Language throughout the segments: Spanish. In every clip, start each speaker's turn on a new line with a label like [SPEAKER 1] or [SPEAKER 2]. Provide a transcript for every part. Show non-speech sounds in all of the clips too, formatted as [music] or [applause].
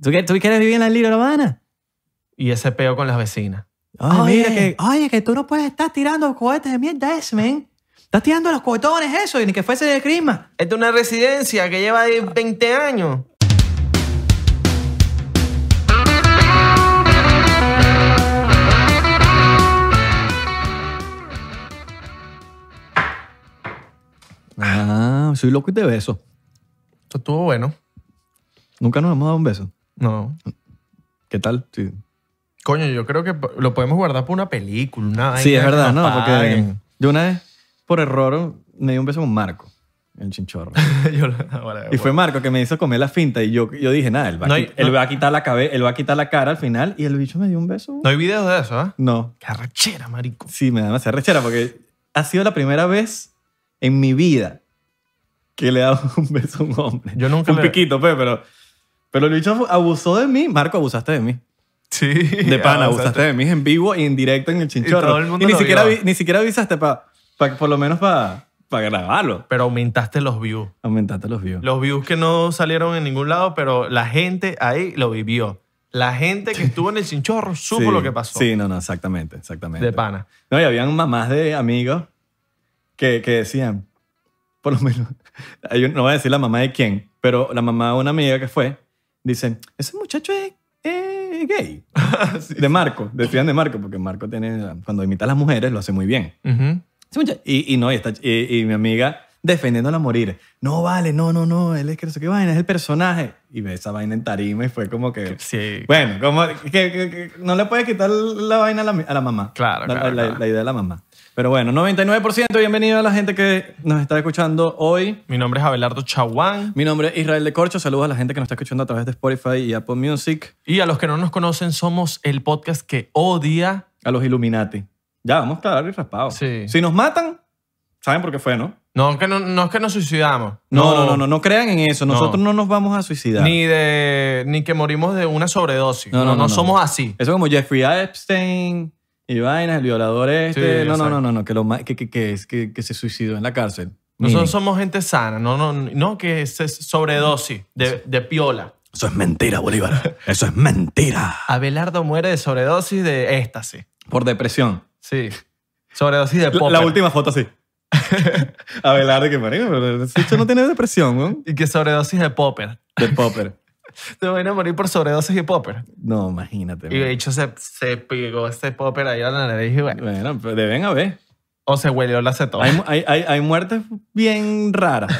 [SPEAKER 1] ¿Tú, qué- tú quieres vivir en la Little Habana?
[SPEAKER 2] Y ese peo con las vecinas.
[SPEAKER 1] Oye,
[SPEAKER 2] Oye.
[SPEAKER 1] mira que, oye, que tú no puedes estar tirando cohetes de mierda ese, man. Estás tirando los cohetones eso y ni que fuese de crisma.
[SPEAKER 2] Esta es una residencia que lleva ahí 20 años.
[SPEAKER 1] Ah, soy loco y te beso.
[SPEAKER 2] Esto estuvo bueno.
[SPEAKER 1] Nunca nos hemos dado un beso.
[SPEAKER 2] No.
[SPEAKER 1] ¿Qué tal? Sí,
[SPEAKER 2] Coño, yo creo que lo podemos guardar para una película, una vaina
[SPEAKER 1] Sí, es
[SPEAKER 2] que
[SPEAKER 1] verdad,
[SPEAKER 2] nos
[SPEAKER 1] ¿no? Porque
[SPEAKER 2] paguen.
[SPEAKER 1] [laughs] yo una vez, por error, me di un beso con Marco, el [laughs] chinchorro.
[SPEAKER 2] Yo lo- ahora,
[SPEAKER 1] Y fue Marco que me hizo comer la finta y yo, yo dije, nada, él va, a
[SPEAKER 2] No
[SPEAKER 1] qui-
[SPEAKER 2] hay-
[SPEAKER 1] él
[SPEAKER 2] no-
[SPEAKER 1] va a quitar la cabeza, él va a quitar la cara al final y el bicho me dio un beso.
[SPEAKER 2] No hay videos de eso, ¿ah?
[SPEAKER 1] No.
[SPEAKER 2] Qué arrechera, marico.
[SPEAKER 1] Sí, me da demasiada rechera porque ha sido la primera vez en mi vida que le he dado un beso a un hombre.
[SPEAKER 2] Yo nunca
[SPEAKER 1] Un
[SPEAKER 2] le-
[SPEAKER 1] piquito, pues, pero... Pero el bicho abusó de mí. Marco, abusaste de mí.
[SPEAKER 2] Sí. Ah,
[SPEAKER 1] De pana,
[SPEAKER 2] abusaste.
[SPEAKER 1] abusaste de mí en vivo y en directo en el chinchorro.
[SPEAKER 2] todo el mundo
[SPEAKER 1] ni,
[SPEAKER 2] lo
[SPEAKER 1] siquiera
[SPEAKER 2] vio.
[SPEAKER 1] vi- ni siquiera avisaste para... por lo menos para grabarlo.
[SPEAKER 2] Pero aumentaste los views.
[SPEAKER 1] Aumentaste los views.
[SPEAKER 2] Los views que no salieron en ningún lado, pero la gente ahí lo vivió. La gente que estuvo en el chinchorro supo
[SPEAKER 1] Sí,
[SPEAKER 2] lo que pasó.
[SPEAKER 1] Sí, no, no, exactamente, exactamente.
[SPEAKER 2] De pana.
[SPEAKER 1] No, y habían mamás de amigos que, que decían, por lo menos, [laughs] hay un- no voy a decir la mamá de quién, pero la mamá de una amiga que fue, dicen, ese muchacho es, es gay. de Marco, decían de Marco, porque Marco tiene, cuando imita a las mujeres lo hace muy bien.
[SPEAKER 2] Ujú.
[SPEAKER 1] Ese muchacho- Y, y no, y, esta- y- y mi amiga defendiéndola a morir. No vale, no, no, no, él es que no sé qué vaina, es el personaje. Y ve esa vaina en tarima y fue como que...
[SPEAKER 2] Sí.
[SPEAKER 1] Bueno, como que, que- que no le puedes quitar la vaina a la, a la mamá.
[SPEAKER 2] Claro,
[SPEAKER 1] la,
[SPEAKER 2] claro,
[SPEAKER 1] la-
[SPEAKER 2] claro.
[SPEAKER 1] la idea de la mamá. Pero bueno, 99%, bienvenido a la gente que nos está escuchando hoy.
[SPEAKER 2] Mi nombre es Abelardo Chaguán.
[SPEAKER 1] Mi nombre es Israel de Corcho. Saludos a la gente que nos está escuchando a través de Spotify y Apple Music.
[SPEAKER 2] Y a los que no nos conocen, somos el podcast que odia.
[SPEAKER 1] A los Illuminati. Ya, vamos claro y raspado.
[SPEAKER 2] Sí.
[SPEAKER 1] Si nos matan, saben por qué fue, ¿no?
[SPEAKER 2] No, que no, no es que nos suicidamos.
[SPEAKER 1] No, no, no, no, no, crean en eso.
[SPEAKER 2] No.
[SPEAKER 1] Nosotros no, nos vamos a suicidar.
[SPEAKER 2] Ni, de, ni que morimos de una sobredosis.
[SPEAKER 1] No,
[SPEAKER 2] No,
[SPEAKER 1] no,
[SPEAKER 2] no,
[SPEAKER 1] no, no.
[SPEAKER 2] somos así.
[SPEAKER 1] Eso como Jeffrey Epstein y vainas, el violador este.
[SPEAKER 2] Sí,
[SPEAKER 1] no, no, no,
[SPEAKER 2] exacto.
[SPEAKER 1] no, no, que, lo, ma- que, que, que, es- que, que se suicidó en la cárcel. Miren.
[SPEAKER 2] Nosotros somos gente sana, no, no, no que es es sobredosis de, de piola.
[SPEAKER 1] Eso es mentira, Bolívar. Eso es mentira.
[SPEAKER 2] Abelardo muere de sobredosis de éxtasis.
[SPEAKER 1] Por depresión.
[SPEAKER 2] Sí. Sobredosis de
[SPEAKER 1] La,
[SPEAKER 2] popper.
[SPEAKER 1] la última foto
[SPEAKER 2] [laughs]
[SPEAKER 1] así. Abelardo, que marico, pero ese bicho no tiene depresión, ¿no?
[SPEAKER 2] Y que sobredosis de popper.
[SPEAKER 1] De popper.
[SPEAKER 2] Te van a morir por sobredosis de popper.
[SPEAKER 1] No, imagínate.
[SPEAKER 2] Y de hecho se, se pegó ese popper ahí a la nariz y bueno.
[SPEAKER 1] Bueno, pero deben haber.
[SPEAKER 2] O se huelió la acetona.
[SPEAKER 1] Hay, mu- hay, hay, hay muertes bien
[SPEAKER 2] [laughs]
[SPEAKER 1] raras.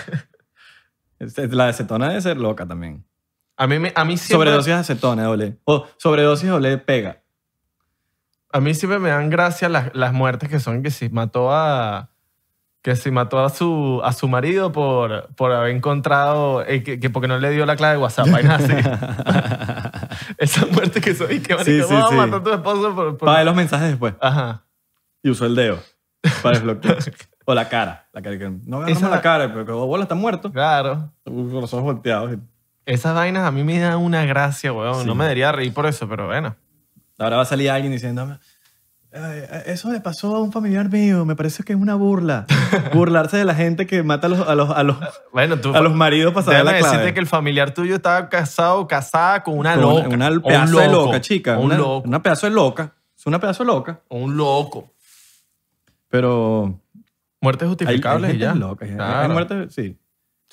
[SPEAKER 1] Este, La de acetona debe ser loca también.
[SPEAKER 2] A mí, me- a mí siempre...
[SPEAKER 1] Sobredosis de acetona, doble. O sobredosis, doble, pega.
[SPEAKER 2] A mí siempre me dan gracia las, las muertes que son que si mató a que si mató a su a su marido por, por haber encontrado eh, que, que porque no le dio la clave de WhatsApp vainas así.
[SPEAKER 1] [laughs]
[SPEAKER 2] Esas muertes que son y que marico,
[SPEAKER 1] Sí, sí,
[SPEAKER 2] "Vamos
[SPEAKER 1] sí.
[SPEAKER 2] a matar a tu esposo por, por-".
[SPEAKER 1] Pague los mensajes después.
[SPEAKER 2] Ajá.
[SPEAKER 1] Y usó el dedo para
[SPEAKER 2] [laughs]
[SPEAKER 1] desbloquear. o la cara. La cara que- no agarramos
[SPEAKER 2] Esa-
[SPEAKER 1] la cara, pero bola está muerto.
[SPEAKER 2] Claro.
[SPEAKER 1] Con los ojos volteados.
[SPEAKER 2] Esas vainas a mí me dan una gracia, weón.
[SPEAKER 1] Sí.
[SPEAKER 2] No me debería reír por eso, pero bueno.
[SPEAKER 1] Ahora va a salir alguien diciendo, "Ay, eso le pasó a un familiar mío, me parece que es una
[SPEAKER 2] [laughs]
[SPEAKER 1] burla. Burlarse de la gente que mata a los, a los, a los,
[SPEAKER 2] Bueno, tú
[SPEAKER 1] a los maridos para saber
[SPEAKER 2] déjame
[SPEAKER 1] la clave.
[SPEAKER 2] decirte que el familiar tuyo estaba casado o casada con una
[SPEAKER 1] Con
[SPEAKER 2] loca.
[SPEAKER 1] Una,
[SPEAKER 2] o un
[SPEAKER 1] pedazo de
[SPEAKER 2] loco,
[SPEAKER 1] loca, chica.
[SPEAKER 2] o Un
[SPEAKER 1] una,
[SPEAKER 2] loco.
[SPEAKER 1] una pedazo de loca. Es una pedazo de loca.
[SPEAKER 2] o Un loco.
[SPEAKER 1] Pero
[SPEAKER 2] Muertes
[SPEAKER 1] hay, hay
[SPEAKER 2] justificables
[SPEAKER 1] gente
[SPEAKER 2] y ya.
[SPEAKER 1] loca. Hay,
[SPEAKER 2] Claro.
[SPEAKER 1] hay muertes, sí.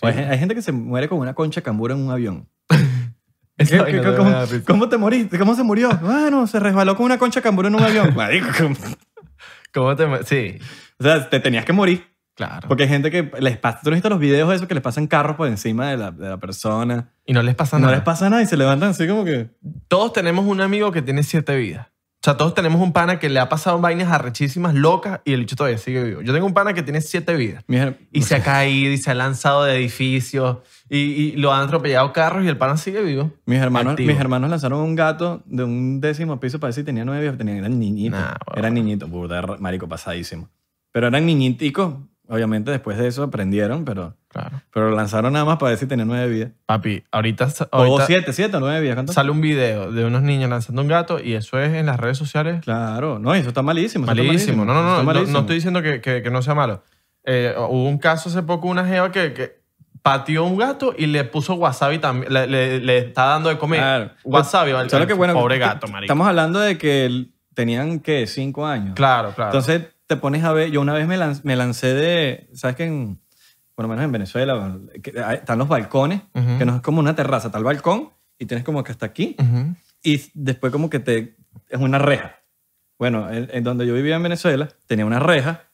[SPEAKER 1] O Hay, hay gente que se muere con una concha de canguro en un avión.
[SPEAKER 2] [laughs]
[SPEAKER 1] [laughs]
[SPEAKER 2] Esa
[SPEAKER 1] ¿Qué-
[SPEAKER 2] vaina
[SPEAKER 1] qué-
[SPEAKER 2] de
[SPEAKER 1] cómo,
[SPEAKER 2] verdad, Pete.
[SPEAKER 1] cómo te moriste? ¿Cómo se murió? Bueno, se resbaló con una concha de canguro en un
[SPEAKER 2] [laughs]
[SPEAKER 1] avión. Marico, ¿cómo?
[SPEAKER 2] ¿Cómo te ma- Sí,
[SPEAKER 1] o sea, te tenías que morir.
[SPEAKER 2] claro.
[SPEAKER 1] Porque hay gente que les pasa, tú no has visto los videos de eso que les pasan carros por encima de la, de la persona.
[SPEAKER 2] y no les pasa
[SPEAKER 1] No
[SPEAKER 2] nada.
[SPEAKER 1] les pasa nada y se levantan así como que.
[SPEAKER 2] todos tenemos un amigo que tiene siete vidas. O sea, todos tenemos un pana que le ha pasado vainas arrechísimas, locas, y el bicho todavía sigue vivo. Yo tengo un pana que tiene siete vidas.
[SPEAKER 1] Mira,
[SPEAKER 2] Y se ha caído y se ha lanzado de edificios y, y lo han atropellado carros y el pana sigue vivo.
[SPEAKER 1] mis, hermanos,
[SPEAKER 2] Activo.
[SPEAKER 1] mis hermanos lanzaron un gato de un décimo piso para decir tenía nueve vidas, tenía, eran niñitos.
[SPEAKER 2] Nah, huevón.
[SPEAKER 1] eran niñitos, burda, ra- marico, pasadísimo. Pero eran niñiticos. Obviamente después de eso aprendieron, pero,
[SPEAKER 2] Claro.
[SPEAKER 1] pero lo lanzaron nada más para decir tenía nueve vidas.
[SPEAKER 2] Papi, ahorita, sa-
[SPEAKER 1] o
[SPEAKER 2] ahorita
[SPEAKER 1] siete, siete o nueve vidas. ¿cuánto?
[SPEAKER 2] sale un video de unos niños lanzando un gato y eso es en las redes sociales
[SPEAKER 1] Claro, no, eso está malísimo. eso está
[SPEAKER 2] Malísimo. No, no,
[SPEAKER 1] eso
[SPEAKER 2] no,
[SPEAKER 1] está
[SPEAKER 2] no. No
[SPEAKER 1] malísimo.
[SPEAKER 2] estoy diciendo que, que- que no sea malo. Eh, hubo un caso hace poco, una jeva que, que pateó un gato y le puso wasabi también. Le, le- le está dando de comer.
[SPEAKER 1] Claro.
[SPEAKER 2] Wasabi, ¿vale?
[SPEAKER 1] Solo que, bueno,
[SPEAKER 2] Pobre
[SPEAKER 1] que-
[SPEAKER 2] gato, marico.
[SPEAKER 1] Estamos hablando de que el- tenían, ¿qué? Cinco años.
[SPEAKER 2] Claro, claro.
[SPEAKER 1] Entonces te pones a ver, yo una vez me, lan- me lancé de, ¿sabes que en, por lo menos en Venezuela, que hay- están los balcones,
[SPEAKER 2] Ujú.
[SPEAKER 1] que no es como una terraza, está el balcón y tienes como que hasta aquí
[SPEAKER 2] Ujú.
[SPEAKER 1] y después como que te, es una reja. Bueno, en, en donde yo vivía en Venezuela tenía una reja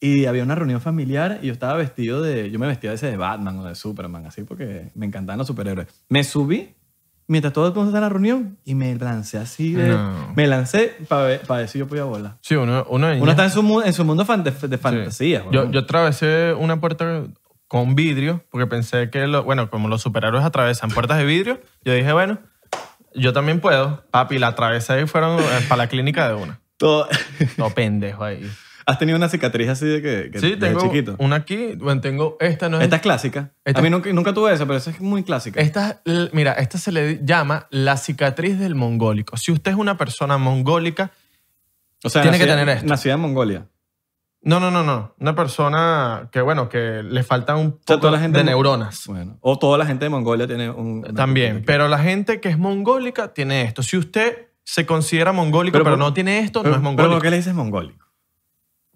[SPEAKER 1] y había una reunión familiar y yo estaba vestido de, yo me vestía de ese de Batman o de Superman, así porque me encantaban los superhéroes. Me subí mientras todo el mundo estaba en la reunión y me lancé así de,
[SPEAKER 2] No.
[SPEAKER 1] me lancé para ver si yo podía volar.
[SPEAKER 2] Sí, uno, uno,
[SPEAKER 1] Uno
[SPEAKER 2] de niño-
[SPEAKER 1] está en su, mu- en su mundo fan- de, de
[SPEAKER 2] Sí.
[SPEAKER 1] fantasía.
[SPEAKER 2] Yo,
[SPEAKER 1] weón.
[SPEAKER 2] yo atravesé una puerta con vidrio porque pensé que, lo- bueno, como los superhéroes atravesan puertas de vidrio, yo dije, bueno, yo también puedo. Papi, la atravesé y fueron eh, para la clínica de una.
[SPEAKER 1] Todo- [laughs]
[SPEAKER 2] No, pendejo ahí.
[SPEAKER 1] ¿Has tenido una cicatriz así de [laughs] que, que
[SPEAKER 2] Sí,
[SPEAKER 1] desde
[SPEAKER 2] tengo
[SPEAKER 1] chiquito?
[SPEAKER 2] una aquí. Bueno, tengo esta, no es
[SPEAKER 1] Esta es clásica.
[SPEAKER 2] Esta-
[SPEAKER 1] A mí nunca, nunca tuve esa, pero esa es muy clásica.
[SPEAKER 2] Esta, l- mira, esta se le llama la cicatriz del mongólico. Si usted es una persona mongólica,
[SPEAKER 1] o sea,
[SPEAKER 2] tiene que
[SPEAKER 1] nacida-
[SPEAKER 2] tener esto.
[SPEAKER 1] Nacida en Mongolia.
[SPEAKER 2] no, no, no, no, una persona que, bueno, que le faltan un poco
[SPEAKER 1] sea, toda la gente
[SPEAKER 2] de
[SPEAKER 1] mon-
[SPEAKER 2] neuronas.
[SPEAKER 1] Bueno, o toda la gente de Mongolia tiene un... una
[SPEAKER 2] Eh, También,
[SPEAKER 1] cosita aquí.
[SPEAKER 2] pero la gente que es mongólica tiene esto. Si usted se considera mongólico pero,
[SPEAKER 1] Pero por-
[SPEAKER 2] no tiene esto, no es
[SPEAKER 1] pero
[SPEAKER 2] mongólico.
[SPEAKER 1] ¿por qué le dices mongólico?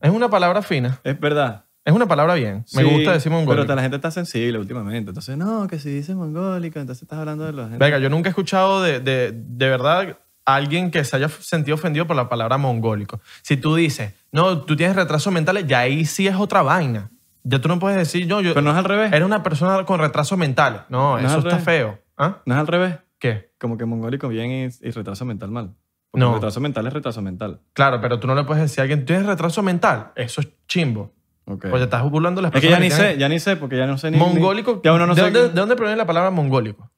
[SPEAKER 2] Es una palabra fina,
[SPEAKER 1] Es verdad.
[SPEAKER 2] es una palabra bien. Me
[SPEAKER 1] Sí,
[SPEAKER 2] gusta decir mongólico.
[SPEAKER 1] Pero la gente está sensible últimamente. Entonces, no, que si dices mongólico, entonces estás hablando de la gente...
[SPEAKER 2] Venga, yo nunca he escuchado de, de, de verdad a alguien que se haya sentido ofendido por la palabra mongólico. Si tú dices, no, tú tienes retrasos mentales, ya ahí sí es otra vaina. Ya tú no puedes decir, no, yo
[SPEAKER 1] Pero no es al revés.
[SPEAKER 2] era una persona con retrasos mentales. No,
[SPEAKER 1] No es
[SPEAKER 2] eso
[SPEAKER 1] al
[SPEAKER 2] está
[SPEAKER 1] revés.
[SPEAKER 2] feo. ¿Ah?
[SPEAKER 1] No es al revés.
[SPEAKER 2] ¿Qué?
[SPEAKER 1] Como que mongólico bien y, y retraso mental mal. Porque
[SPEAKER 2] No.
[SPEAKER 1] Retraso mental es retraso mental.
[SPEAKER 2] Claro, pero tú no le puedes decir a alguien, tú tienes retraso mental. Eso es chimbo.
[SPEAKER 1] Ok.
[SPEAKER 2] Pues te estás burlando de las
[SPEAKER 1] Es que ya
[SPEAKER 2] personas.
[SPEAKER 1] ni
[SPEAKER 2] tienen-
[SPEAKER 1] sé, ya ni sé, porque ya no sé ni. ni-
[SPEAKER 2] Mongólico.
[SPEAKER 1] ya uno no
[SPEAKER 2] ¿de,
[SPEAKER 1] sabe
[SPEAKER 2] dónde,
[SPEAKER 1] qué-
[SPEAKER 2] de dónde proviene la palabra mongólico?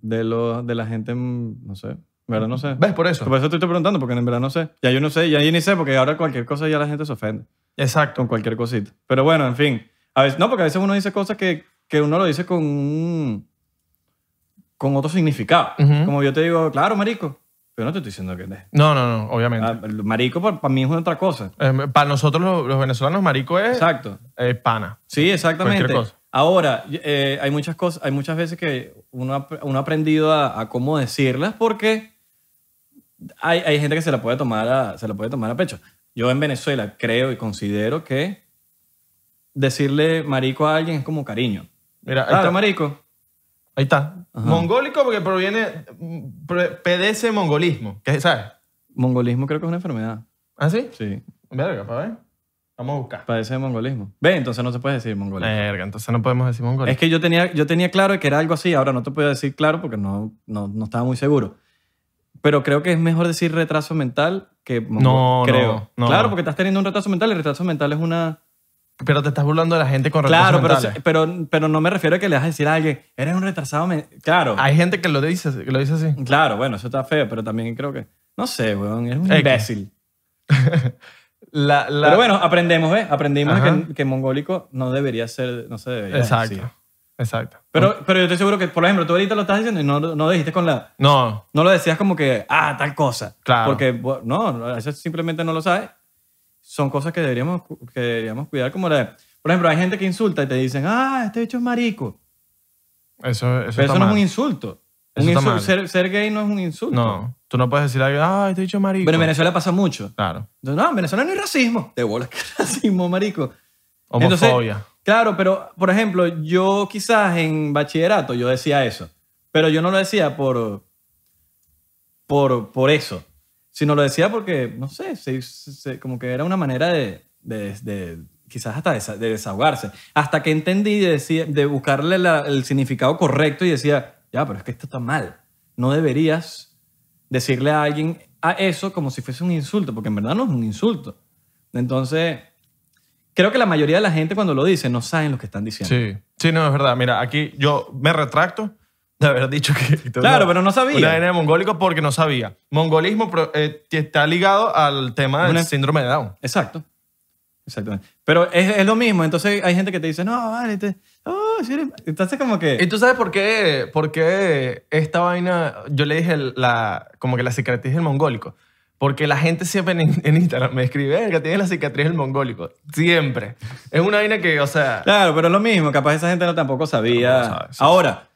[SPEAKER 1] De, lo, de la gente, mm, no sé. En verdad no sé.
[SPEAKER 2] ¿Ves por eso?
[SPEAKER 1] Por eso te estoy preguntando, porque en verdad no sé. Ya yo no sé, ya yo ni sé, porque ahora cualquier cosa ya la gente se ofende
[SPEAKER 2] Exacto.
[SPEAKER 1] con cualquier cosita. Pero bueno, en fin. A veces, no, porque a veces uno dice cosas que, que uno lo dice con un- con otro significado.
[SPEAKER 2] Ujú.
[SPEAKER 1] Como yo te digo, claro, marico. Pero no te estoy diciendo que es. Ah,
[SPEAKER 2] No, no, no, obviamente. Em,
[SPEAKER 1] marico para, mí es una otra cosa.
[SPEAKER 2] para nosotros los, los venezolanos, marico es
[SPEAKER 1] Ah. Exacto.
[SPEAKER 2] eh, pana.
[SPEAKER 1] Sí, exactamente.
[SPEAKER 2] Cualquier cosa.
[SPEAKER 1] Ahora, eh, hay muchas cosas, hay muchas veces que uno ha, uno ha aprendido a, a cómo decirlas porque hay, hay gente que se la puede tomar a, se la puede tomar a pecho. Yo en Venezuela creo y considero que decirle marico a alguien es como cariño.
[SPEAKER 2] Mira, ahí
[SPEAKER 1] Claro,
[SPEAKER 2] está.
[SPEAKER 1] marico.
[SPEAKER 2] Ahí está.
[SPEAKER 1] Ajá.
[SPEAKER 2] Mongólico porque proviene, mm, pre- pedece mongolismo. ¿Qué, ¿Sabes?
[SPEAKER 1] Mongolismo creo que es una enfermedad.
[SPEAKER 2] ¿Ah, sí?
[SPEAKER 1] Sí,
[SPEAKER 2] Verga, para ver. Vamos a buscar.
[SPEAKER 1] padece de mongolismo. Ve, entonces no se puede decir mongolismo.
[SPEAKER 2] Verga, entonces no podemos decir
[SPEAKER 1] Es
[SPEAKER 2] mongolismo.
[SPEAKER 1] que yo tenía, yo tenía claro que era algo así, ahora no te puedo decir claro porque no, no, no estaba muy seguro. Pero creo que es mejor decir retraso mental que mongo-
[SPEAKER 2] No,
[SPEAKER 1] creo.
[SPEAKER 2] no, no.
[SPEAKER 1] Claro, porque estás teniendo un retraso mental y el retraso mental es una...
[SPEAKER 2] Pero te estás burlando de la gente con
[SPEAKER 1] Claro,
[SPEAKER 2] retrasos
[SPEAKER 1] pero,
[SPEAKER 2] mentales.
[SPEAKER 1] se- pero, pero no me refiero a que le vas a decir a alguien, eres un retrasado mental. Claro,
[SPEAKER 2] Hay gente que lo dice, que lo dice así. [laughs]
[SPEAKER 1] claro, bueno, eso está feo, pero también creo que... No sé, weón, eres un
[SPEAKER 2] X.
[SPEAKER 1] imbécil.
[SPEAKER 2] La, la-
[SPEAKER 1] Pero bueno, aprendemos, ¿eh? Aprendimos
[SPEAKER 2] Ajá.
[SPEAKER 1] que, que mongólico no debería ser, no se debería
[SPEAKER 2] Exacto.
[SPEAKER 1] decir.
[SPEAKER 2] Exacto.
[SPEAKER 1] Pero, pero yo estoy seguro que, por ejemplo, tú ahorita lo estás diciendo y no, no dijiste con la...
[SPEAKER 2] No,
[SPEAKER 1] No lo decías como que, ah, tal cosa.
[SPEAKER 2] Claro.
[SPEAKER 1] Porque, bu- no, eso simplemente no lo sabes. Son cosas que deberíamos, cu- que deberíamos cuidar. Como la de- por ejemplo, hay gente que insulta y te dicen, ah, este bicho es marico.
[SPEAKER 2] eso, eso,
[SPEAKER 1] Pero
[SPEAKER 2] está
[SPEAKER 1] eso no es
[SPEAKER 2] mal.
[SPEAKER 1] un insulto.
[SPEAKER 2] Eso
[SPEAKER 1] Un
[SPEAKER 2] está
[SPEAKER 1] insul-
[SPEAKER 2] mal.
[SPEAKER 1] ser, ser gay no es un insulto.
[SPEAKER 2] No, tú no puedes decir algo, ay, te he dicho marico.
[SPEAKER 1] Pero en Venezuela pasa mucho.
[SPEAKER 2] Claro.
[SPEAKER 1] Entonces, no, en Venezuela no hay racismo. De bolas que [laughs] racismo, marico. Entonces,
[SPEAKER 2] Homofobia.
[SPEAKER 1] claro, pero, por ejemplo, yo quizás en bachillerato yo decía eso. Pero yo no lo decía por, por, por eso. Sino lo decía porque, no sé, se- se- como que era una manera de, de- de- quizás hasta desa- de desahogarse. Hasta que entendí de, decir- de buscarle la- el significado correcto y decía, ya, pero es que esto está mal. No deberías decirle a alguien a eso como si fuese un insulto, porque en verdad no es un insulto. Entonces, creo que la mayoría de la gente cuando lo dice no saben lo que están diciendo.
[SPEAKER 2] Sí. Sí, no, es verdad. Mira, aquí yo me retracto de haber dicho que... [laughs]
[SPEAKER 1] Claro, pero no sabía.
[SPEAKER 2] Una vaina de mongólico porque no sabía. Mongolismo pro- eh, te- está ligado al tema del
[SPEAKER 1] Una-
[SPEAKER 2] síndrome de Down.
[SPEAKER 1] Exacto. Exactamente. Pero es, es lo mismo. Entonces hay gente que te dice, no, vale, te- oh, si eres-". entonces como
[SPEAKER 2] ¿Y
[SPEAKER 1] que...
[SPEAKER 2] tú sabes por qué, por qué esta vaina, yo le dije la, como que la cicatriz del mongólico? Porque la gente siempre en, en Instagram me escribe, verga, tienes la cicatriz del mongólico. Siempre. Es una vaina que, o sea...
[SPEAKER 1] Claro, pero es lo mismo. Capaz esa gente no tampoco sabía.
[SPEAKER 2] Tampoco sabe, sí.
[SPEAKER 1] Ahora,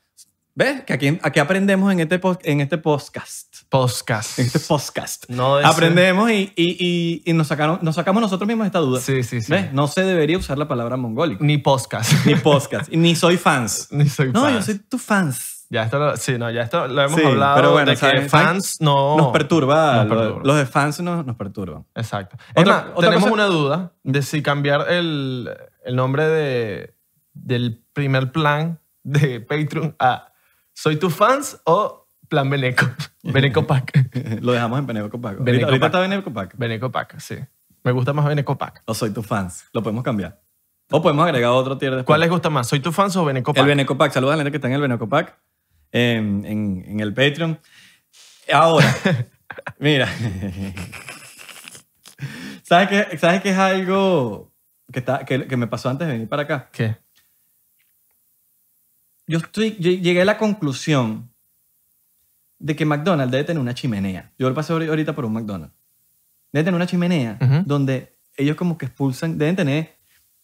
[SPEAKER 1] ¿ves? Que aquí, aquí aprendemos en este, pos- en este podcast.
[SPEAKER 2] Podcast.
[SPEAKER 1] En este podcast.
[SPEAKER 2] No es-
[SPEAKER 1] Aprendemos y, y- y- y nos, sacaron, nos sacamos nosotros mismos esta duda.
[SPEAKER 2] Sí, sí, sí.
[SPEAKER 1] ¿Ves? No se debería usar la palabra mongólico.
[SPEAKER 2] Ni podcast.
[SPEAKER 1] Ni podcast. y ni soy fans.
[SPEAKER 2] [laughs] Ni soy
[SPEAKER 1] No,
[SPEAKER 2] fan.
[SPEAKER 1] yo soy tu fans.
[SPEAKER 2] Ya esto lo, sí, no, ya esto lo hemos
[SPEAKER 1] Sí,
[SPEAKER 2] hablado
[SPEAKER 1] pero bueno,
[SPEAKER 2] de
[SPEAKER 1] ¿saben?
[SPEAKER 2] que fans no...
[SPEAKER 1] Nos perturba.
[SPEAKER 2] Nos
[SPEAKER 1] lo-
[SPEAKER 2] perturba.
[SPEAKER 1] Los de fans nos, nos perturban.
[SPEAKER 2] Exacto. Es
[SPEAKER 1] Otra-
[SPEAKER 2] más,
[SPEAKER 1] otra
[SPEAKER 2] tenemos
[SPEAKER 1] cosa-
[SPEAKER 2] una duda de si cambiar el, el nombre de, del primer plan de Patreon a Soy tu fans o
[SPEAKER 1] [laughs]
[SPEAKER 2] Plan Beneco. Beneco Pack.
[SPEAKER 1] lo dejamos en Beneco Paco. Ahorita,
[SPEAKER 2] Beneco
[SPEAKER 1] ahorita
[SPEAKER 2] Paco.
[SPEAKER 1] está Beneco Paco.
[SPEAKER 2] Beneco Pack, sí. Me gusta más Beneco Pack.
[SPEAKER 1] O soy tu fans. Lo podemos cambiar. O podemos agregar otro tier después.
[SPEAKER 2] ¿Cuál les gusta más? ¿Soy tu fans o Beneco Pack?
[SPEAKER 1] El Benecopac. Saludos a la gente que está en el Benecopac, en, en, en el Patreon. Ahora, mira. ¿Sabes qué, ¿Sabes qué es algo que, está, que, que me pasó antes de venir para acá?
[SPEAKER 2] ¿Qué?
[SPEAKER 1] Yo, estoy, yo llegué a la conclusión de que McDonald's debe tener una chimenea. Yo lo pasé ahori- ahorita por un McDonald's. Debe tener una chimenea
[SPEAKER 2] Ujú.
[SPEAKER 1] donde ellos como que expulsan, deben tener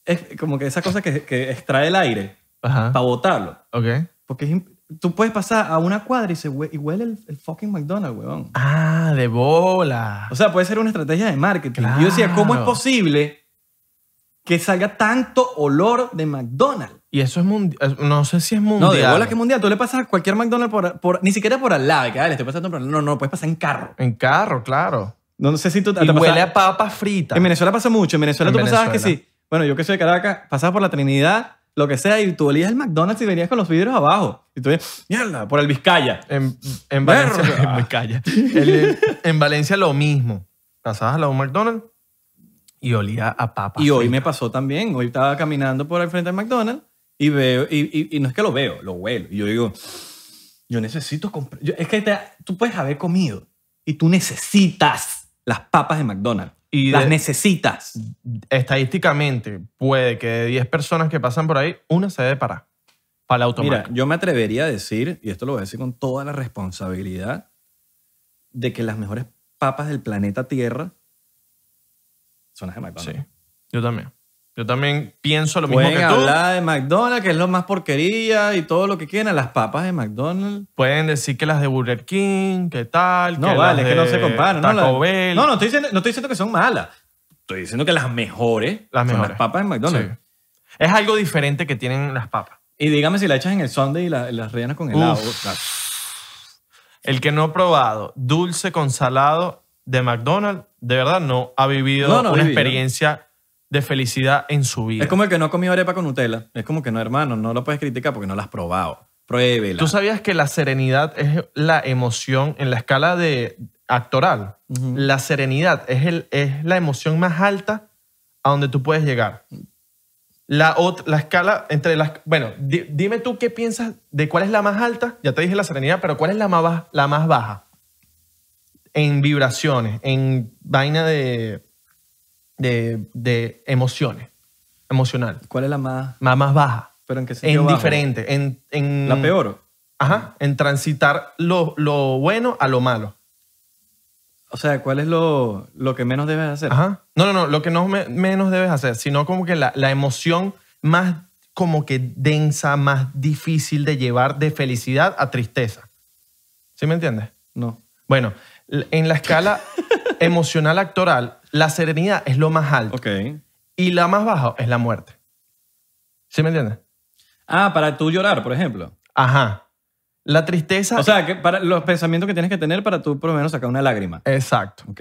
[SPEAKER 1] es como que esa cosa que, que extrae el aire
[SPEAKER 2] Ajá.
[SPEAKER 1] para botarlo.
[SPEAKER 2] Ok.
[SPEAKER 1] Porque es imp- tú puedes pasar a una cuadra y, se hue- y huele el, el fucking McDonald's, huevón.
[SPEAKER 2] Ah, de bola.
[SPEAKER 1] O sea, puede ser una estrategia de marketing. Y Yo decía, ¿cómo es
[SPEAKER 2] Claro.
[SPEAKER 1] posible que salga tanto olor de McDonald's?
[SPEAKER 2] Y eso es mundial. No sé si es
[SPEAKER 1] No,
[SPEAKER 2] mundial.
[SPEAKER 1] de bola que mundial. Tú le pasas a cualquier McDonald's por, por- ni siquiera por al lado. que, "Ah, le estoy pasando por al lado". No, no, puedes pasar en carro.
[SPEAKER 2] En carro, claro.
[SPEAKER 1] No, no sé si tú [laughs] te
[SPEAKER 2] Y
[SPEAKER 1] pasa-
[SPEAKER 2] huele a papa frita.
[SPEAKER 1] En Venezuela pasa mucho. En Venezuela
[SPEAKER 2] En
[SPEAKER 1] tú pensabas que
[SPEAKER 2] Venezuela.
[SPEAKER 1] sí. Bueno, yo que soy de Caracas, pasabas por la Trinidad, lo que sea, y tú olías el McDonald's y venías con los vidrios abajo. Y tú dices, mierda, por el Vizcaya.
[SPEAKER 2] En, en
[SPEAKER 1] Verga.
[SPEAKER 2] Valencia. [laughs] Me calla. El- en Valencia lo mismo. Pasabas a la un McDonald's y olía a papa.
[SPEAKER 1] Y hoy
[SPEAKER 2] frita.
[SPEAKER 1] me pasó también. Hoy estaba caminando por el frente del McDonald's y veo, y, y- y no es que lo veo, lo huelo. Y yo digo, yo necesito comprar. yo- es que te- tú puedes haber comido y tú necesitas las papas de McDonald's.
[SPEAKER 2] Y
[SPEAKER 1] las
[SPEAKER 2] de-
[SPEAKER 1] necesitas.
[SPEAKER 2] Estadísticamente, puede que de 10 personas que pasan por ahí, una se debe parar. Para el
[SPEAKER 1] Mira,
[SPEAKER 2] automático.
[SPEAKER 1] yo me atrevería a decir, y esto lo voy a decir con toda la responsabilidad, de que las mejores papas del planeta Tierra son las de McDonald's.
[SPEAKER 2] sí. Yo también. Yo también pienso lo mismo
[SPEAKER 1] Pueden
[SPEAKER 2] que tú.
[SPEAKER 1] hablar de McDonald's, que es lo más porquería y todo lo que quieran. Las papas de McDonald's
[SPEAKER 2] Pueden decir que las de Burger King, que tal.
[SPEAKER 1] No, vale, es que no se comparan.
[SPEAKER 2] Taco
[SPEAKER 1] no, La-
[SPEAKER 2] Bell.
[SPEAKER 1] no, no estoy, diciendo, no estoy diciendo que son malas. Estoy diciendo que las mejores
[SPEAKER 2] Las
[SPEAKER 1] son
[SPEAKER 2] mejores.
[SPEAKER 1] las papas en McDonald's.
[SPEAKER 2] Sí. Es algo diferente que tienen las papas.
[SPEAKER 1] Y dígame si la echas en el sundae y la- las rellenas con
[SPEAKER 2] Uf.
[SPEAKER 1] helado. Claro.
[SPEAKER 2] El que no ha probado dulce con salado de McDonald's, de verdad no ha vivido
[SPEAKER 1] No, no ha
[SPEAKER 2] una
[SPEAKER 1] vivido.
[SPEAKER 2] experiencia de felicidad en su vida.
[SPEAKER 1] Es como el que no comió arepa con Nutella. Es como que no, hermano, no lo puedes criticar porque no la has probado. Pruébela.
[SPEAKER 2] Tú sabías que la serenidad es la emoción en la escala de actoral.
[SPEAKER 1] Ujú.
[SPEAKER 2] La serenidad es, el, es la emoción más alta a donde tú puedes llegar. La, ot- la escala entre las... Bueno, di- dime tú qué piensas de cuál es la más alta. Ya te dije la serenidad, pero ¿cuál es la más, ba- la más baja? En vibraciones, en vaina de, de, de emociones, emocional.
[SPEAKER 1] ¿Cuál es la más?
[SPEAKER 2] Más, más baja.
[SPEAKER 1] Pero en qué sentido
[SPEAKER 2] En
[SPEAKER 1] bajo?
[SPEAKER 2] diferente, en, en...
[SPEAKER 1] La peor.
[SPEAKER 2] Ajá, en transitar lo, lo bueno a lo malo.
[SPEAKER 1] O sea, ¿cuál es lo, lo que menos debes hacer?
[SPEAKER 2] Ajá. No, no, no, lo que no me- menos debes hacer, sino como que la, la emoción más como que densa, más difícil de llevar de felicidad a tristeza. ¿Sí me entiendes?
[SPEAKER 1] No.
[SPEAKER 2] Bueno, l- en
[SPEAKER 1] [laughs]
[SPEAKER 2] la escala emocional actoral, la serenidad es lo más alto
[SPEAKER 1] Ok.
[SPEAKER 2] y la más baja es la muerte. ¿Sí me entiendes?
[SPEAKER 1] Ah, para tú llorar, por ejemplo.
[SPEAKER 2] Ajá. La tristeza...
[SPEAKER 1] O sea, que para los pensamientos que tienes que tener para tú por lo menos sacar una lágrima.
[SPEAKER 2] exacto.
[SPEAKER 1] Ok.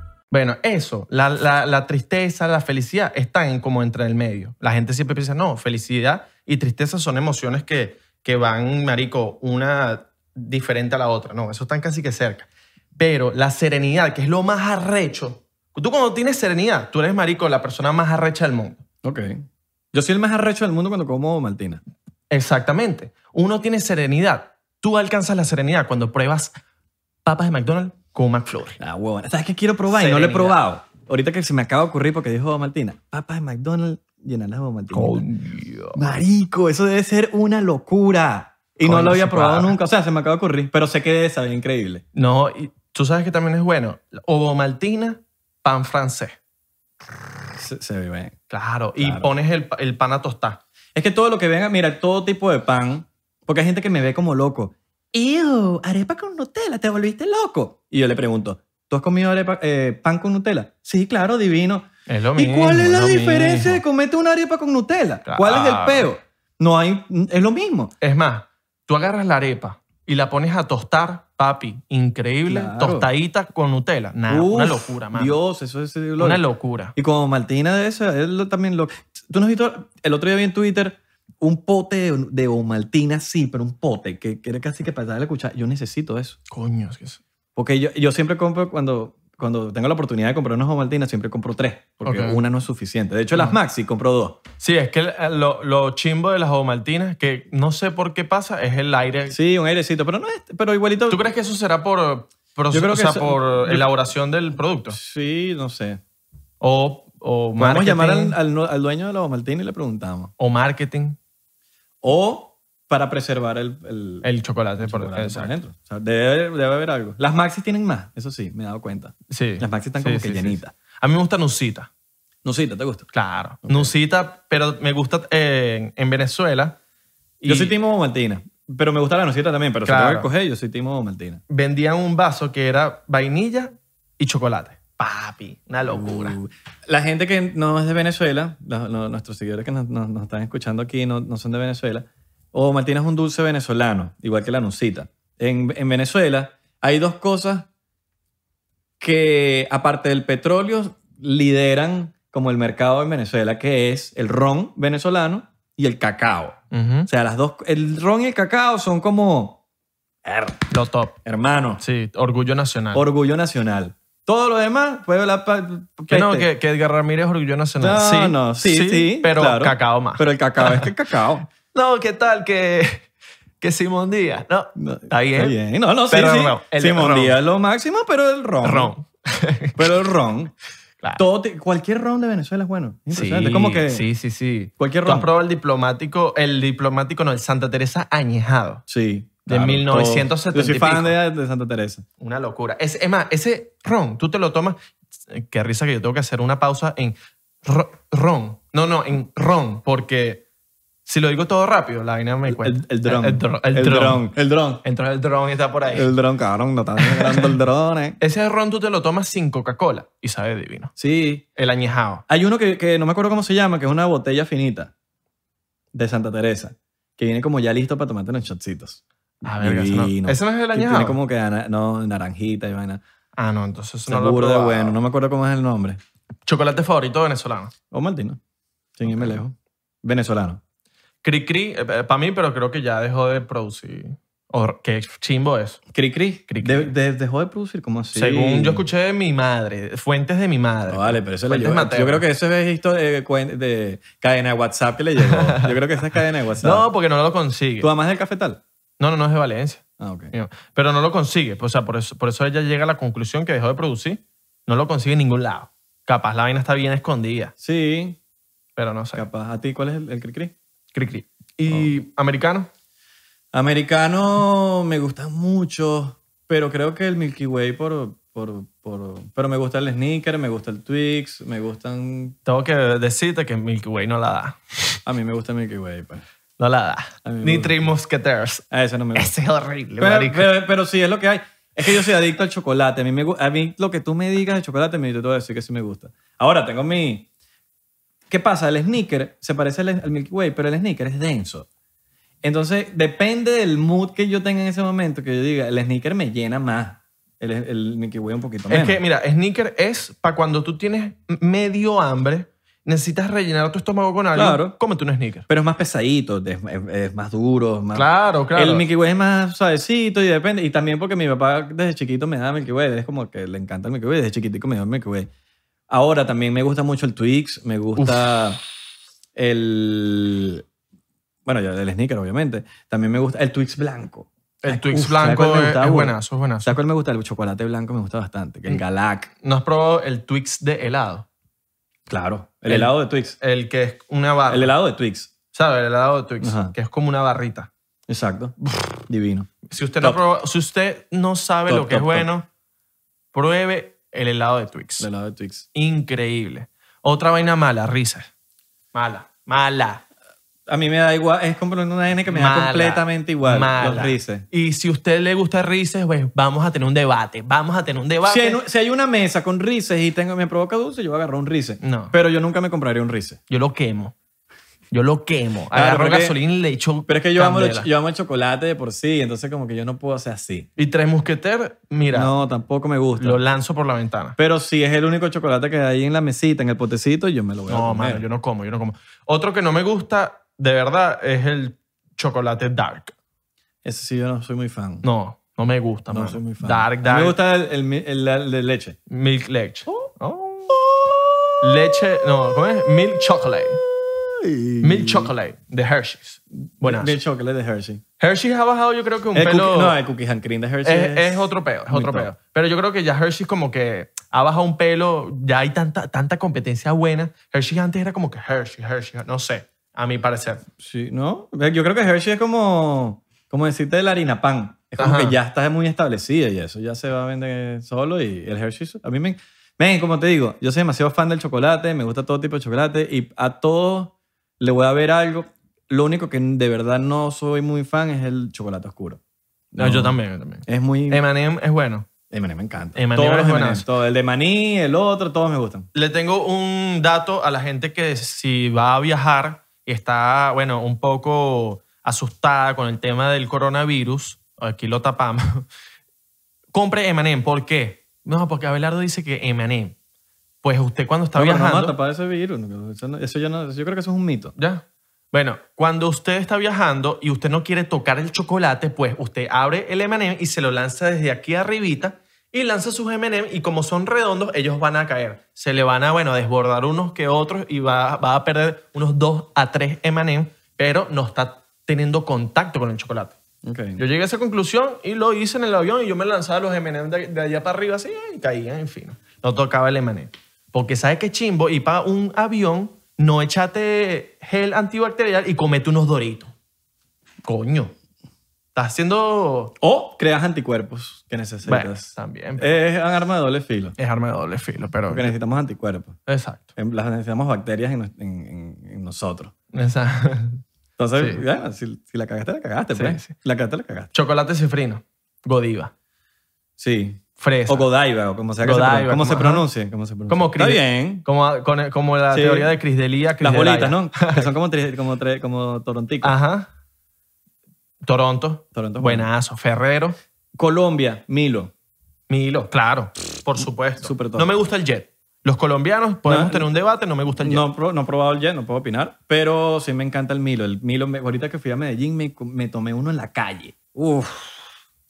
[SPEAKER 2] Bueno, eso, la, la- la tristeza, la felicidad, están en- como entre el medio. La gente siempre piensa, no, felicidad y tristeza son emociones que, que van, marico, una diferente a la otra. No, eso están casi que cerca. Pero la serenidad, que es lo más arrecho. Tú cuando tienes serenidad, tú eres marico, la persona más arrecha del mundo.
[SPEAKER 1] Ok. Yo soy el más arrecho del mundo cuando como maltina.
[SPEAKER 2] Exactamente. Uno tiene serenidad. Tú alcanzas la serenidad cuando pruebas papas de McDonald's con McFlurry.
[SPEAKER 1] La huevona. ¿Sabes qué quiero probar? Y no lo he
[SPEAKER 2] Serenidad.
[SPEAKER 1] probado. Ahorita que se me acaba de ocurrir porque dijo Maltina, papas de McDonald's llenan las Maltina. Marico, eso debe ser una locura. Y no
[SPEAKER 2] Coño,
[SPEAKER 1] lo había
[SPEAKER 2] sí,
[SPEAKER 1] probado
[SPEAKER 2] claro.
[SPEAKER 1] nunca. O sea, se me acaba de ocurrir. Pero sé que debe saber increíble.
[SPEAKER 2] No, y tú sabes que también es bueno. Ovomaltina, pan francés.
[SPEAKER 1] Se, se ve bien.
[SPEAKER 2] Claro. Y
[SPEAKER 1] Claro.
[SPEAKER 2] pones el, el pan a tostar.
[SPEAKER 1] Es que todo lo que venga, mira, todo tipo de pan. Porque hay gente que me ve como loco. ¡Ew! Arepa con Nutella, te volviste loco. Y yo le pregunto, ¿tú has comido arepa, eh, pan con Nutella? Sí, claro, divino.
[SPEAKER 2] Es lo
[SPEAKER 1] ¿Y
[SPEAKER 2] mismo.
[SPEAKER 1] cuál es la
[SPEAKER 2] lo
[SPEAKER 1] diferencia de
[SPEAKER 2] mismo.
[SPEAKER 1] comerte una arepa con Nutella? ¿Cuál es el
[SPEAKER 2] Claro.
[SPEAKER 1] peo? No hay, es lo mismo.
[SPEAKER 2] Es más, tú agarras la arepa y la pones a tostar, papi. Increíble.
[SPEAKER 1] Claro.
[SPEAKER 2] Tostadita con Nutella. Nah, una
[SPEAKER 1] Uf,
[SPEAKER 2] locura, mano.
[SPEAKER 1] Dios, eso es gloria.
[SPEAKER 2] Una locura.
[SPEAKER 1] Y como Martina de eso, él lo- también lo... Tú no has visto, el otro día vi en Twitter un pote de, de Omaltina, sí, pero un pote, que, que era casi que para la cuchara. Yo necesito eso.
[SPEAKER 2] Coño, es que es-
[SPEAKER 1] Porque yo, yo siempre compro cuando... Cuando tengo la oportunidad de comprar unas Omaltinas, siempre compro tres, porque
[SPEAKER 2] Ok.
[SPEAKER 1] una no es suficiente. De hecho, las Maxi compro dos.
[SPEAKER 2] Sí, es que eh, lo, lo chimbo de las ovomaltinas, que no sé por qué pasa, es el aire.
[SPEAKER 1] Sí, un airecito, pero no es, pero igualito.
[SPEAKER 2] ¿Tú crees que eso será por, proce-
[SPEAKER 1] Yo creo
[SPEAKER 2] o
[SPEAKER 1] que
[SPEAKER 2] sea,
[SPEAKER 1] eso-
[SPEAKER 2] por
[SPEAKER 1] yo-
[SPEAKER 2] elaboración del producto?
[SPEAKER 1] Sí, no sé.
[SPEAKER 2] O, o
[SPEAKER 1] Podemos
[SPEAKER 2] marketing.
[SPEAKER 1] llamar al, al nu- al dueño de la Omaltina y le preguntamos.
[SPEAKER 2] O marketing.
[SPEAKER 1] O para preservar el, el,
[SPEAKER 2] El chocolate, por,
[SPEAKER 1] chocolate por
[SPEAKER 2] exacto.
[SPEAKER 1] dentro. O sea, debe, debe haber algo. Las Maxi tienen más, eso sí, me he dado cuenta.
[SPEAKER 2] Sí.
[SPEAKER 1] Las Maxi están
[SPEAKER 2] Sí,
[SPEAKER 1] como
[SPEAKER 2] sí,
[SPEAKER 1] que
[SPEAKER 2] sí, sí.
[SPEAKER 1] llenitas.
[SPEAKER 2] A mí me gusta Nusita.
[SPEAKER 1] Nusita, ¿te gusta?
[SPEAKER 2] Claro. Nusita, pero me gusta eh, en, en Venezuela.
[SPEAKER 1] Yo
[SPEAKER 2] y
[SPEAKER 1] soy Timo Martina, pero me gusta la Nusita también, pero si
[SPEAKER 2] Claro.
[SPEAKER 1] tengo que coger, yo soy Timo Martina.
[SPEAKER 2] Vendían un vaso que era vainilla y chocolate. Papi, una locura.
[SPEAKER 1] Mm. La gente que no es de Venezuela, la- no- nuestros seguidores que nos, nos- nos están escuchando aquí no, no son de Venezuela, o Martina es un dulce venezolano, igual que la Nusita. En, en Venezuela hay dos cosas que, aparte del petróleo, lideran como el mercado en Venezuela, que es el ron venezolano y el cacao.
[SPEAKER 2] Ujú.
[SPEAKER 1] O sea, las dos, el ron y el cacao son como er-
[SPEAKER 2] Lo top.
[SPEAKER 1] hermanos,
[SPEAKER 2] Sí, orgullo nacional.
[SPEAKER 1] orgullo nacional. Todo lo demás puede hablar pa-
[SPEAKER 2] Que no,
[SPEAKER 1] peste.
[SPEAKER 2] que, que Edgar Ramírez orgullo nacional.
[SPEAKER 1] este. No,
[SPEAKER 2] sí,
[SPEAKER 1] no, sí, sí,
[SPEAKER 2] Pero
[SPEAKER 1] claro.
[SPEAKER 2] cacao más.
[SPEAKER 1] Pero el cacao es que el cacao.
[SPEAKER 2] No, ¿qué tal que, que Simón Díaz? No,
[SPEAKER 1] No,
[SPEAKER 2] [laughs] está bien.
[SPEAKER 1] No, no, sí,
[SPEAKER 2] Pero
[SPEAKER 1] sí.
[SPEAKER 2] el ron, el
[SPEAKER 1] Simón
[SPEAKER 2] ron.
[SPEAKER 1] Díaz es lo máximo, pero el ron.
[SPEAKER 2] Ron.
[SPEAKER 1] Pero el
[SPEAKER 2] [laughs]
[SPEAKER 1] ron.
[SPEAKER 2] Claro.
[SPEAKER 1] Todo ti- cualquier ron de Venezuela es bueno. Es impresionante. Es como que
[SPEAKER 2] sí, sí, sí.
[SPEAKER 1] cualquier
[SPEAKER 2] ¿Tú
[SPEAKER 1] ron.
[SPEAKER 2] has probado el diplomático, el diplomático, no, el Santa Teresa añejado?
[SPEAKER 1] Sí.
[SPEAKER 2] De
[SPEAKER 1] claro,
[SPEAKER 2] 1970
[SPEAKER 1] todo. Yo soy
[SPEAKER 2] y
[SPEAKER 1] fan
[SPEAKER 2] pico.
[SPEAKER 1] de, de Santa Teresa.
[SPEAKER 2] Una locura. Es, es más, ese ron, tú te lo tomas. Qué risa que yo tengo que hacer una pausa en ro- ron. No, no, en ron, porque si lo digo todo rápido, la vaina me cuenta.
[SPEAKER 1] El, el dron.
[SPEAKER 2] Pues, El, dron. El, dron.
[SPEAKER 1] dron. El dron.
[SPEAKER 2] Entonces el dron está por ahí.
[SPEAKER 1] El dron, cabrón. No está mirando el dron, eh.
[SPEAKER 2] Ese ron tú te lo tomas sin Coca-Cola y sabe divino.
[SPEAKER 1] Sí.
[SPEAKER 2] El añejado.
[SPEAKER 1] Hay uno que, que no me acuerdo cómo se llama, que es una botella finita de Santa Teresa, que viene como ya listo para tomarte unos shotcitos.
[SPEAKER 2] Ah, verga, ese no.
[SPEAKER 1] Divino.
[SPEAKER 2] Ese no es el
[SPEAKER 1] Que
[SPEAKER 2] añejado.
[SPEAKER 1] Tiene como que ana- no, naranjita y vaina.
[SPEAKER 2] Ah, no, entonces no lo he
[SPEAKER 1] Seguro de
[SPEAKER 2] probado.
[SPEAKER 1] bueno. No me acuerdo cómo es el nombre.
[SPEAKER 2] Chocolate favorito venezolano.
[SPEAKER 1] O Martino. Sin irme lejos. Venezolano.
[SPEAKER 2] Cri Cri, para eh, mí, pero creo que ya dejó de producir. O, qué chimbo es.
[SPEAKER 1] Cri Cri.
[SPEAKER 2] Cri Cri.
[SPEAKER 1] De- de- dejó de producir como así.
[SPEAKER 2] Según yo escuché de mi madre, fuentes de mi madre.
[SPEAKER 1] No, vale, pero eso le
[SPEAKER 2] Fuentes
[SPEAKER 1] llegó.
[SPEAKER 2] Mateo.
[SPEAKER 1] Yo creo que eso es esto de, cuen- de cadena de WhatsApp que le llegó. Yo creo que esa es cadena de WhatsApp.
[SPEAKER 2] [laughs] No, porque no lo consigue.
[SPEAKER 1] ¿Tu mamá es del cafetal?
[SPEAKER 2] No, no, no es de Valencia.
[SPEAKER 1] Ah, ok.
[SPEAKER 2] Mío. Pero no lo consigue. O sea, por eso, por eso ella llega a la conclusión que dejó de producir. No lo consigue en ningún lado. Capaz la vaina está bien escondida,
[SPEAKER 1] Sí.
[SPEAKER 2] pero no sé.
[SPEAKER 1] Capaz. ¿A ti cuál es el, el Cri Cri?
[SPEAKER 2] Cri Cri.
[SPEAKER 1] Oh.
[SPEAKER 2] ¿Y americano?
[SPEAKER 1] Americano me gustan mucho, pero creo que el Milky Way por, por, por... Pero me gusta el Sneaker, me gusta el Twix, me gustan...
[SPEAKER 2] Tengo que decirte que Milky Way no la da.
[SPEAKER 1] A mí me gusta el Milky Way, pues.
[SPEAKER 2] No la da.
[SPEAKER 1] A mí me
[SPEAKER 2] Ni
[SPEAKER 1] gusta.
[SPEAKER 2] Three Musketeers.
[SPEAKER 1] A eso no me gusta.
[SPEAKER 2] Ese es horrible,
[SPEAKER 1] Pero,
[SPEAKER 2] marico.
[SPEAKER 1] pero, pero sí, es lo que hay. Es que yo soy adicto al chocolate. A mí, me, gu- a mí lo que tú me digas de chocolate, me, yo te voy a decir que sí me gusta. Ahora, tengo mi... ¿Qué pasa? El sneaker se parece al, al Milky Way, pero el sneaker es denso. Entonces, depende del mood que yo tenga en ese momento, que yo diga, el sneaker me llena más. El, el Milky Way un poquito
[SPEAKER 2] es
[SPEAKER 1] menos.
[SPEAKER 2] que, mira, sneaker es para cuando tú tienes medio hambre necesitas rellenar tu estómago con algo,
[SPEAKER 1] Claro.
[SPEAKER 2] cómete un sneaker.
[SPEAKER 1] Pero es más pesadito, es, es- es más duro. es Más...
[SPEAKER 2] Claro, claro.
[SPEAKER 1] Ah. El Milky Way es más suavecito y depende. Y también porque mi papá desde chiquito me daba Milky Way. Es como que le encanta el Milky Way. Desde chiquitico me dio el Milky Way. Ahora también me gusta mucho el Twix. Me gusta el... Bueno, ya el sneaker, obviamente. También me gusta el Twix blanco.
[SPEAKER 2] el
[SPEAKER 1] Ay,
[SPEAKER 2] Twix
[SPEAKER 1] uf, ¿sabes
[SPEAKER 2] blanco
[SPEAKER 1] cuál me
[SPEAKER 2] es,
[SPEAKER 1] gustaba,
[SPEAKER 2] es
[SPEAKER 1] bro?
[SPEAKER 2] buenazo, es buenazo.
[SPEAKER 1] ¿Sabes cuál me gusta? El chocolate blanco me gusta bastante. que El
[SPEAKER 2] Mm.
[SPEAKER 1] Galac.
[SPEAKER 2] ¿No has probado el Twix de helado?
[SPEAKER 1] Claro. El,
[SPEAKER 2] El-
[SPEAKER 1] helado de Twix.
[SPEAKER 2] El que es una barra.
[SPEAKER 1] El helado de Twix.
[SPEAKER 2] ¿Sabes? El helado de Twix,
[SPEAKER 1] Ajá.
[SPEAKER 2] que es como una barrita.
[SPEAKER 1] Exacto. Divino.
[SPEAKER 2] Si usted,
[SPEAKER 1] Top.
[SPEAKER 2] no, proba- si usted no sabe
[SPEAKER 1] Top,
[SPEAKER 2] lo que es
[SPEAKER 1] top, top.
[SPEAKER 2] bueno, pruebe el helado de Twix.
[SPEAKER 1] El helado de Twix.
[SPEAKER 2] Increíble. Otra vaina mala, risas. Mala, mala.
[SPEAKER 1] A mí me da igual, es como una N que me da
[SPEAKER 2] Mala.
[SPEAKER 1] completamente igual.
[SPEAKER 2] Mala.
[SPEAKER 1] Los Reese's.
[SPEAKER 2] Y si a usted le gusta Rises, pues vamos a tener un debate. Vamos a tener un debate.
[SPEAKER 1] Si hay, si hay una mesa con Reese's y tengo, me provoca dulce, yo voy a agarrar un Reese's.
[SPEAKER 2] No.
[SPEAKER 1] Pero yo nunca me compraría un Reese's.
[SPEAKER 2] Yo lo quemo. Yo lo quemo.
[SPEAKER 1] Claro,
[SPEAKER 2] Agarro
[SPEAKER 1] porque-
[SPEAKER 2] gasolina y le echo
[SPEAKER 1] Pero es que yo amo, el,
[SPEAKER 2] candela.
[SPEAKER 1] cho- yo amo el chocolate de por sí, entonces como que yo no puedo hacer así.
[SPEAKER 2] Y tres musqueter, mira,
[SPEAKER 1] No, tampoco me gusta.
[SPEAKER 2] lo lanzo por la ventana.
[SPEAKER 1] Pero si es el único chocolate que hay en la mesita, en el potecito, yo me lo voy a
[SPEAKER 2] No,
[SPEAKER 1] comer.
[SPEAKER 2] mano, yo no como, yo no como. Otro que no me gusta, de verdad, es el chocolate dark.
[SPEAKER 1] Ese sí yo no soy muy fan.
[SPEAKER 2] No, no me gusta,
[SPEAKER 1] No
[SPEAKER 2] mano.
[SPEAKER 1] soy muy fan. A
[SPEAKER 2] Dark,
[SPEAKER 1] mí
[SPEAKER 2] dark.
[SPEAKER 1] Me gusta el, el mi- el- el de leche.
[SPEAKER 2] Milk leche. Oh. Leche, no, ¿cómo es? Milk chocolate. Milk chocolate de Hershey's. Buenas.
[SPEAKER 1] El chocolate de Hershey.
[SPEAKER 2] Hershey's ha bajado, yo creo que un
[SPEAKER 1] El
[SPEAKER 2] pelo.
[SPEAKER 1] cookie- no, el cookie and cream de Hershey.
[SPEAKER 2] es, es otro peo, es
[SPEAKER 1] muy
[SPEAKER 2] otro
[SPEAKER 1] top.
[SPEAKER 2] peo. Pero yo creo que ya Hershey's como que ha bajado un pelo, ya hay tanta, tanta competencia buena. Hershey's antes era como que Hershey, Hershey, no sé, a mi parecer.
[SPEAKER 1] Sí, ¿no? Yo creo que Hershey es como, como decirte la harina pan. Es como
[SPEAKER 2] Ajá.
[SPEAKER 1] que ya está muy establecida y eso ya se va a vender solo y el Hershey a mí me... Men, como te digo, yo soy demasiado fan del chocolate, me gusta todo tipo de chocolate y a todos le voy a ver algo. Lo único que de verdad no soy muy fan es el chocolate oscuro.
[SPEAKER 2] No, yo también, yo también.
[SPEAKER 1] Es muy...
[SPEAKER 2] M&M es bueno.
[SPEAKER 1] M&M me encanta.
[SPEAKER 2] M&M
[SPEAKER 1] Todos
[SPEAKER 2] es
[SPEAKER 1] los M&M,
[SPEAKER 2] buenazo.
[SPEAKER 1] todo. El de maní, el otro, todos me gustan.
[SPEAKER 2] Le tengo un dato a la gente que si va a viajar y está, bueno, un poco asustada con el tema del coronavirus, aquí lo tapamos, [laughs] compre M&M. ¿Por qué? No, porque Abelardo dice que M&M. Pues usted cuando está
[SPEAKER 1] No, pero no
[SPEAKER 2] viajando...
[SPEAKER 1] mata para ese virus. Eso, no- eso yo, no- yo creo que eso es un mito.
[SPEAKER 2] Ya. Bueno, cuando usted está viajando y usted no quiere tocar el chocolate, pues usted abre el M&M y se lo lanza desde aquí arribita y lanza sus M&M y como son redondos, ellos van a caer. Se le van a, bueno, desbordar unos que otros y va, va a perder unos 2 a 3 M&M, pero no está teniendo contacto con el chocolate.
[SPEAKER 1] Ok.
[SPEAKER 2] Yo llegué a esa conclusión y lo hice en el avión y yo me lanzaba los M&M de, de allá para arriba así y caían, en fin. No tocaba el M&M. Porque sabes que chimbo, y para un avión no echate gel antibacterial y comete unos doritos. Coño. Estás haciendo...
[SPEAKER 1] O creas anticuerpos que necesitas.
[SPEAKER 2] Bueno, también. pero
[SPEAKER 1] Es un arma de doble filo.
[SPEAKER 2] es arma de doble filo, pero...
[SPEAKER 1] Porque necesitamos anticuerpos.
[SPEAKER 2] Exacto.
[SPEAKER 1] En- Las necesitamos bacterias en, nos- en- en- en nosotros.
[SPEAKER 2] Exacto.
[SPEAKER 1] Entonces,
[SPEAKER 2] Sí.
[SPEAKER 1] bueno, si, si la cagaste, la cagaste.
[SPEAKER 2] Sí,
[SPEAKER 1] pues.
[SPEAKER 2] sí.
[SPEAKER 1] La cagaste, la cagaste.
[SPEAKER 2] [laughs] Chocolate cifrino. Godiva.
[SPEAKER 1] Sí.
[SPEAKER 2] Fresa.
[SPEAKER 1] O Godiva, o como sea que se
[SPEAKER 2] Godiva,
[SPEAKER 1] pronuncie. ¿Cómo se
[SPEAKER 2] como-
[SPEAKER 1] pronuncie. ¿Cómo se pronuncia?
[SPEAKER 2] Como
[SPEAKER 1] Está
[SPEAKER 2] Cris-
[SPEAKER 1] bien.
[SPEAKER 2] Como, con- como la
[SPEAKER 1] Sí.
[SPEAKER 2] teoría de Cris Delia. Cris
[SPEAKER 1] Las
[SPEAKER 2] Delaya.
[SPEAKER 1] bolitas, ¿no?
[SPEAKER 2] [laughs]
[SPEAKER 1] que son como, tri- como, tre- como torontico.
[SPEAKER 2] Ah, Ajá. Toronto.
[SPEAKER 1] Toronto es bueno.
[SPEAKER 2] Buenazo. Ferrero.
[SPEAKER 1] Colombia, Milo.
[SPEAKER 2] Milo. Claro. Por supuesto.
[SPEAKER 1] Súper top.
[SPEAKER 2] no me gusta el jet. Los colombianos podemos
[SPEAKER 1] No,
[SPEAKER 2] tener un debate, no me gusta el jet.
[SPEAKER 1] No, pro- no he probado el jet, no puedo opinar, pero sí me encanta el Milo. El Milo, me- ahorita que fui a Medellín, me, co- me tomé uno en la calle. Uf.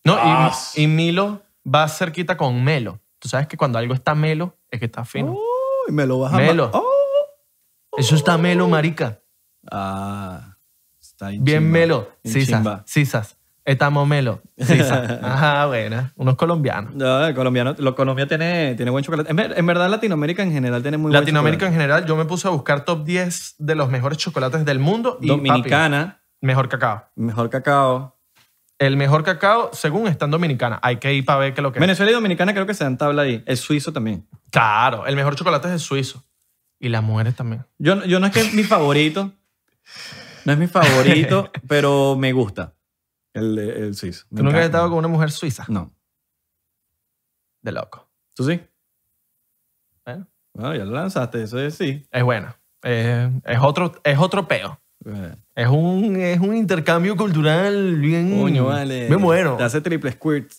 [SPEAKER 2] No, y-
[SPEAKER 1] Ah.
[SPEAKER 2] y, Milo va cerquita con Melo. Tú sabes que cuando algo está Melo, es que está fino.
[SPEAKER 1] Oh. Uy, me lo vas a
[SPEAKER 2] Melo.
[SPEAKER 1] ma- Oh.
[SPEAKER 2] Eso está Melo, marica.
[SPEAKER 1] Ah, está bien.
[SPEAKER 2] Bien
[SPEAKER 1] chimba.
[SPEAKER 2] Melo.
[SPEAKER 1] Bien
[SPEAKER 2] Sisas.
[SPEAKER 1] chimba.
[SPEAKER 2] Sisas. Estamos Melo.
[SPEAKER 1] [laughs]
[SPEAKER 2] Sisas. Ajá, buena. Unos colombianos.
[SPEAKER 1] No, el colombiano, lo, Colombia tiene, tiene buen chocolate. En, ver- en verdad, Latinoamérica en general tiene muy buen
[SPEAKER 2] Latinoamérica en
[SPEAKER 1] chocolate.
[SPEAKER 2] general, yo me puse a buscar top 10 de los mejores chocolates del mundo. Y, papi,
[SPEAKER 1] Dominicana,
[SPEAKER 2] mejor cacao.
[SPEAKER 1] mejor cacao.
[SPEAKER 2] El mejor cacao, según está en Dominicana. Hay que ir para ver qué es lo que es.
[SPEAKER 1] Venezuela y Dominicana creo que se dan tabla ahí. El suizo también.
[SPEAKER 2] Claro, el mejor chocolate es el suizo. Y las mujeres también.
[SPEAKER 1] Yo, no- yo no es que es mi favorito. No es mi favorito,
[SPEAKER 2] [laughs]
[SPEAKER 1] pero me gusta el, el suizo. Me
[SPEAKER 2] ¿Tú nunca has
[SPEAKER 1] encanta.
[SPEAKER 2] estado con una mujer suiza?
[SPEAKER 1] No.
[SPEAKER 2] De loco.
[SPEAKER 1] ¿Tú sí?
[SPEAKER 2] Bueno.
[SPEAKER 1] Bueno, ya lo lanzaste, eso es sí.
[SPEAKER 2] Es buena. Eh, es, otro, es otro peo.
[SPEAKER 1] Eh,
[SPEAKER 2] Es un, es un intercambio cultural bien...
[SPEAKER 1] Coño, vale.
[SPEAKER 2] Bien bueno. [laughs]
[SPEAKER 1] Te hace triple squirt.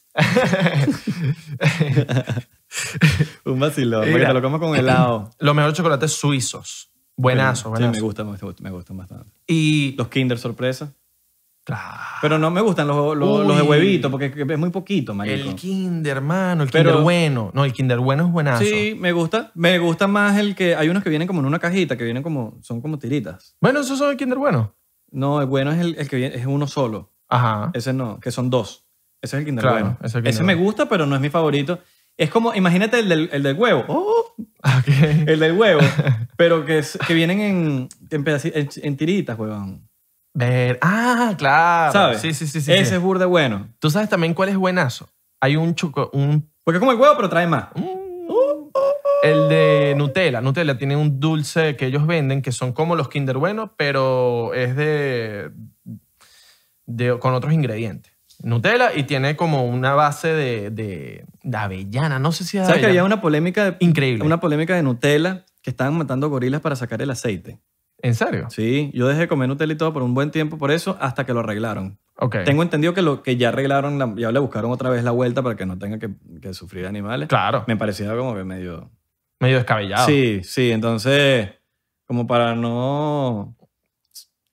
[SPEAKER 1] Un vacilón. Porque
[SPEAKER 2] Mira.
[SPEAKER 1] te lo como con helado.
[SPEAKER 2] [laughs] Los mejores chocolates suizos. Buenazo,
[SPEAKER 1] Pero,
[SPEAKER 2] buenazo.
[SPEAKER 1] Sí, me gusta, me gusta, me gustan bastante.
[SPEAKER 2] Y.
[SPEAKER 1] Los Kinder sorpresa.
[SPEAKER 2] Claro.
[SPEAKER 1] Pero no me gustan los, los, los de
[SPEAKER 2] Ah. Uy.
[SPEAKER 1] huevito porque es muy poquito, marico.
[SPEAKER 2] El Kinder, hermano. El
[SPEAKER 1] Pero-
[SPEAKER 2] Kinder bueno. No, el Kinder bueno es buenazo.
[SPEAKER 1] Sí, me gusta. Me gusta más el que. Hay unos que vienen como en una cajita, que vienen como. Son como tiritas.
[SPEAKER 2] Bueno, esos son el Kinder bueno.
[SPEAKER 1] No, el bueno es el, el que viene, es uno solo.
[SPEAKER 2] Ajá.
[SPEAKER 1] Ese no, que son dos. Ese es el Kinder
[SPEAKER 2] Claro,
[SPEAKER 1] bueno.
[SPEAKER 2] ese es
[SPEAKER 1] Ese,
[SPEAKER 2] el Kinder
[SPEAKER 1] me
[SPEAKER 2] bueno.
[SPEAKER 1] gusta, pero no es mi favorito. Es como, imagínate el del, el del huevo. ¡Oh!
[SPEAKER 2] [laughs] Ok.
[SPEAKER 1] El del
[SPEAKER 2] [laughs]
[SPEAKER 1] huevo. pero que, es- que vienen en, en, pedaci- en, en tiritas, huevón.
[SPEAKER 2] Ver. Ah, claro.
[SPEAKER 1] ¿Sabes?
[SPEAKER 2] Sí, sí, sí. sí,
[SPEAKER 1] Ese
[SPEAKER 2] sí.
[SPEAKER 1] es burda bueno.
[SPEAKER 2] Tú sabes también cuál es buenazo. Hay un choco. Un,
[SPEAKER 1] Porque es como el huevo, pero trae más.
[SPEAKER 2] Mm, el de Nutella. Nutella tiene un dulce que ellos venden que son como los Kinder buenos, pero es de. de- con otros ingredientes. Nutella y tiene como una base de, de, de avellana. No sé si es
[SPEAKER 1] ¿Sabes que había
[SPEAKER 2] avellana.
[SPEAKER 1] una polémica de,
[SPEAKER 2] Increíble.
[SPEAKER 1] una polémica de Nutella que estaban matando gorilas para sacar el aceite?
[SPEAKER 2] ¿En serio?
[SPEAKER 1] Sí, yo dejé de comer Nutella y todo por un buen tiempo por eso hasta que lo arreglaron.
[SPEAKER 2] Ok.
[SPEAKER 1] Tengo entendido que lo que ya arreglaron, la- ya le buscaron otra vez la vuelta para que no tenga que, que sufrir animales.
[SPEAKER 2] Claro.
[SPEAKER 1] Me parecía como que medio...
[SPEAKER 2] Medio descabellado.
[SPEAKER 1] Sí, sí, entonces como para no...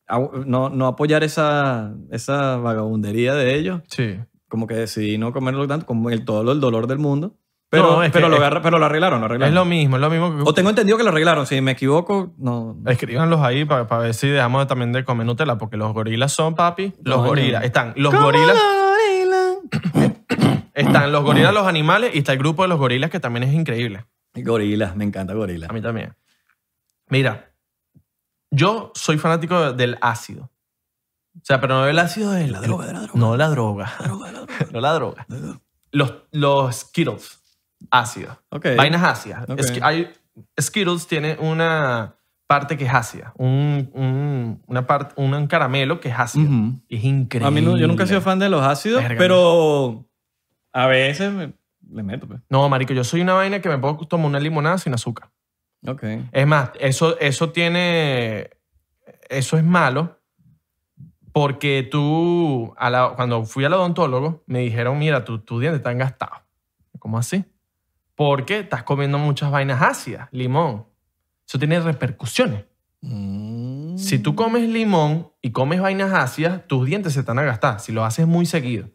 [SPEAKER 1] agu- No, no apoyar esa, esa vagabundería de ellos,
[SPEAKER 2] Sí.
[SPEAKER 1] como que decidí no comerlo tanto, como el, todo el dolor del mundo. Pero,
[SPEAKER 2] es que-
[SPEAKER 1] pero, lo,
[SPEAKER 2] es-
[SPEAKER 1] agarra- pero lo arreglaron, lo
[SPEAKER 2] Es
[SPEAKER 1] arreglaron.
[SPEAKER 2] lo mismo, es lo mismo que.
[SPEAKER 1] O tengo entendido que lo arreglaron, si me equivoco, no.
[SPEAKER 2] Escríbanlos ahí para, ver si dejamos también de comer Nutella, porque los gorilas son, papi. Los
[SPEAKER 1] Coño.
[SPEAKER 2] gorilas. Están los gorilas. Están los gorilas, los animales, y está el grupo de los gorilas, que también es increíble.
[SPEAKER 1] Gorilas, me encanta gorilas.
[SPEAKER 2] A mí también. Mira, yo soy fanático del ácido. O sea, pero no del ácido de la droga, No la droga. [laughs] no la droga. Los, los Skittles, ácidos.
[SPEAKER 1] Ok.
[SPEAKER 2] Vainas ácidas.
[SPEAKER 1] Ok.
[SPEAKER 2] Es que hay, Skittles tiene una parte que es ácida. Un, un- una parte, un, un caramelo que es ácido.
[SPEAKER 1] Ujú.
[SPEAKER 2] Es increíble.
[SPEAKER 1] A mí no- yo nunca he sido fan de los ácidos,
[SPEAKER 2] Verga.
[SPEAKER 1] pero a veces me- le meto, pues.
[SPEAKER 2] No, marico, yo soy una vaina que me puedo tomar una limonada sin azúcar.
[SPEAKER 1] Ok.
[SPEAKER 2] Es más, eso, eso tiene. Eso es malo. Porque tú, a la- cuando fui al odontólogo, me dijeron: Mira, tu- tus dientes están gastados. ¿Cómo así? Porque estás comiendo muchas vainas ácidas, limón. Eso tiene repercusiones. Si tú comes limón y comes vainas ácidas, tus dientes se están a gastar. Si lo haces muy seguido.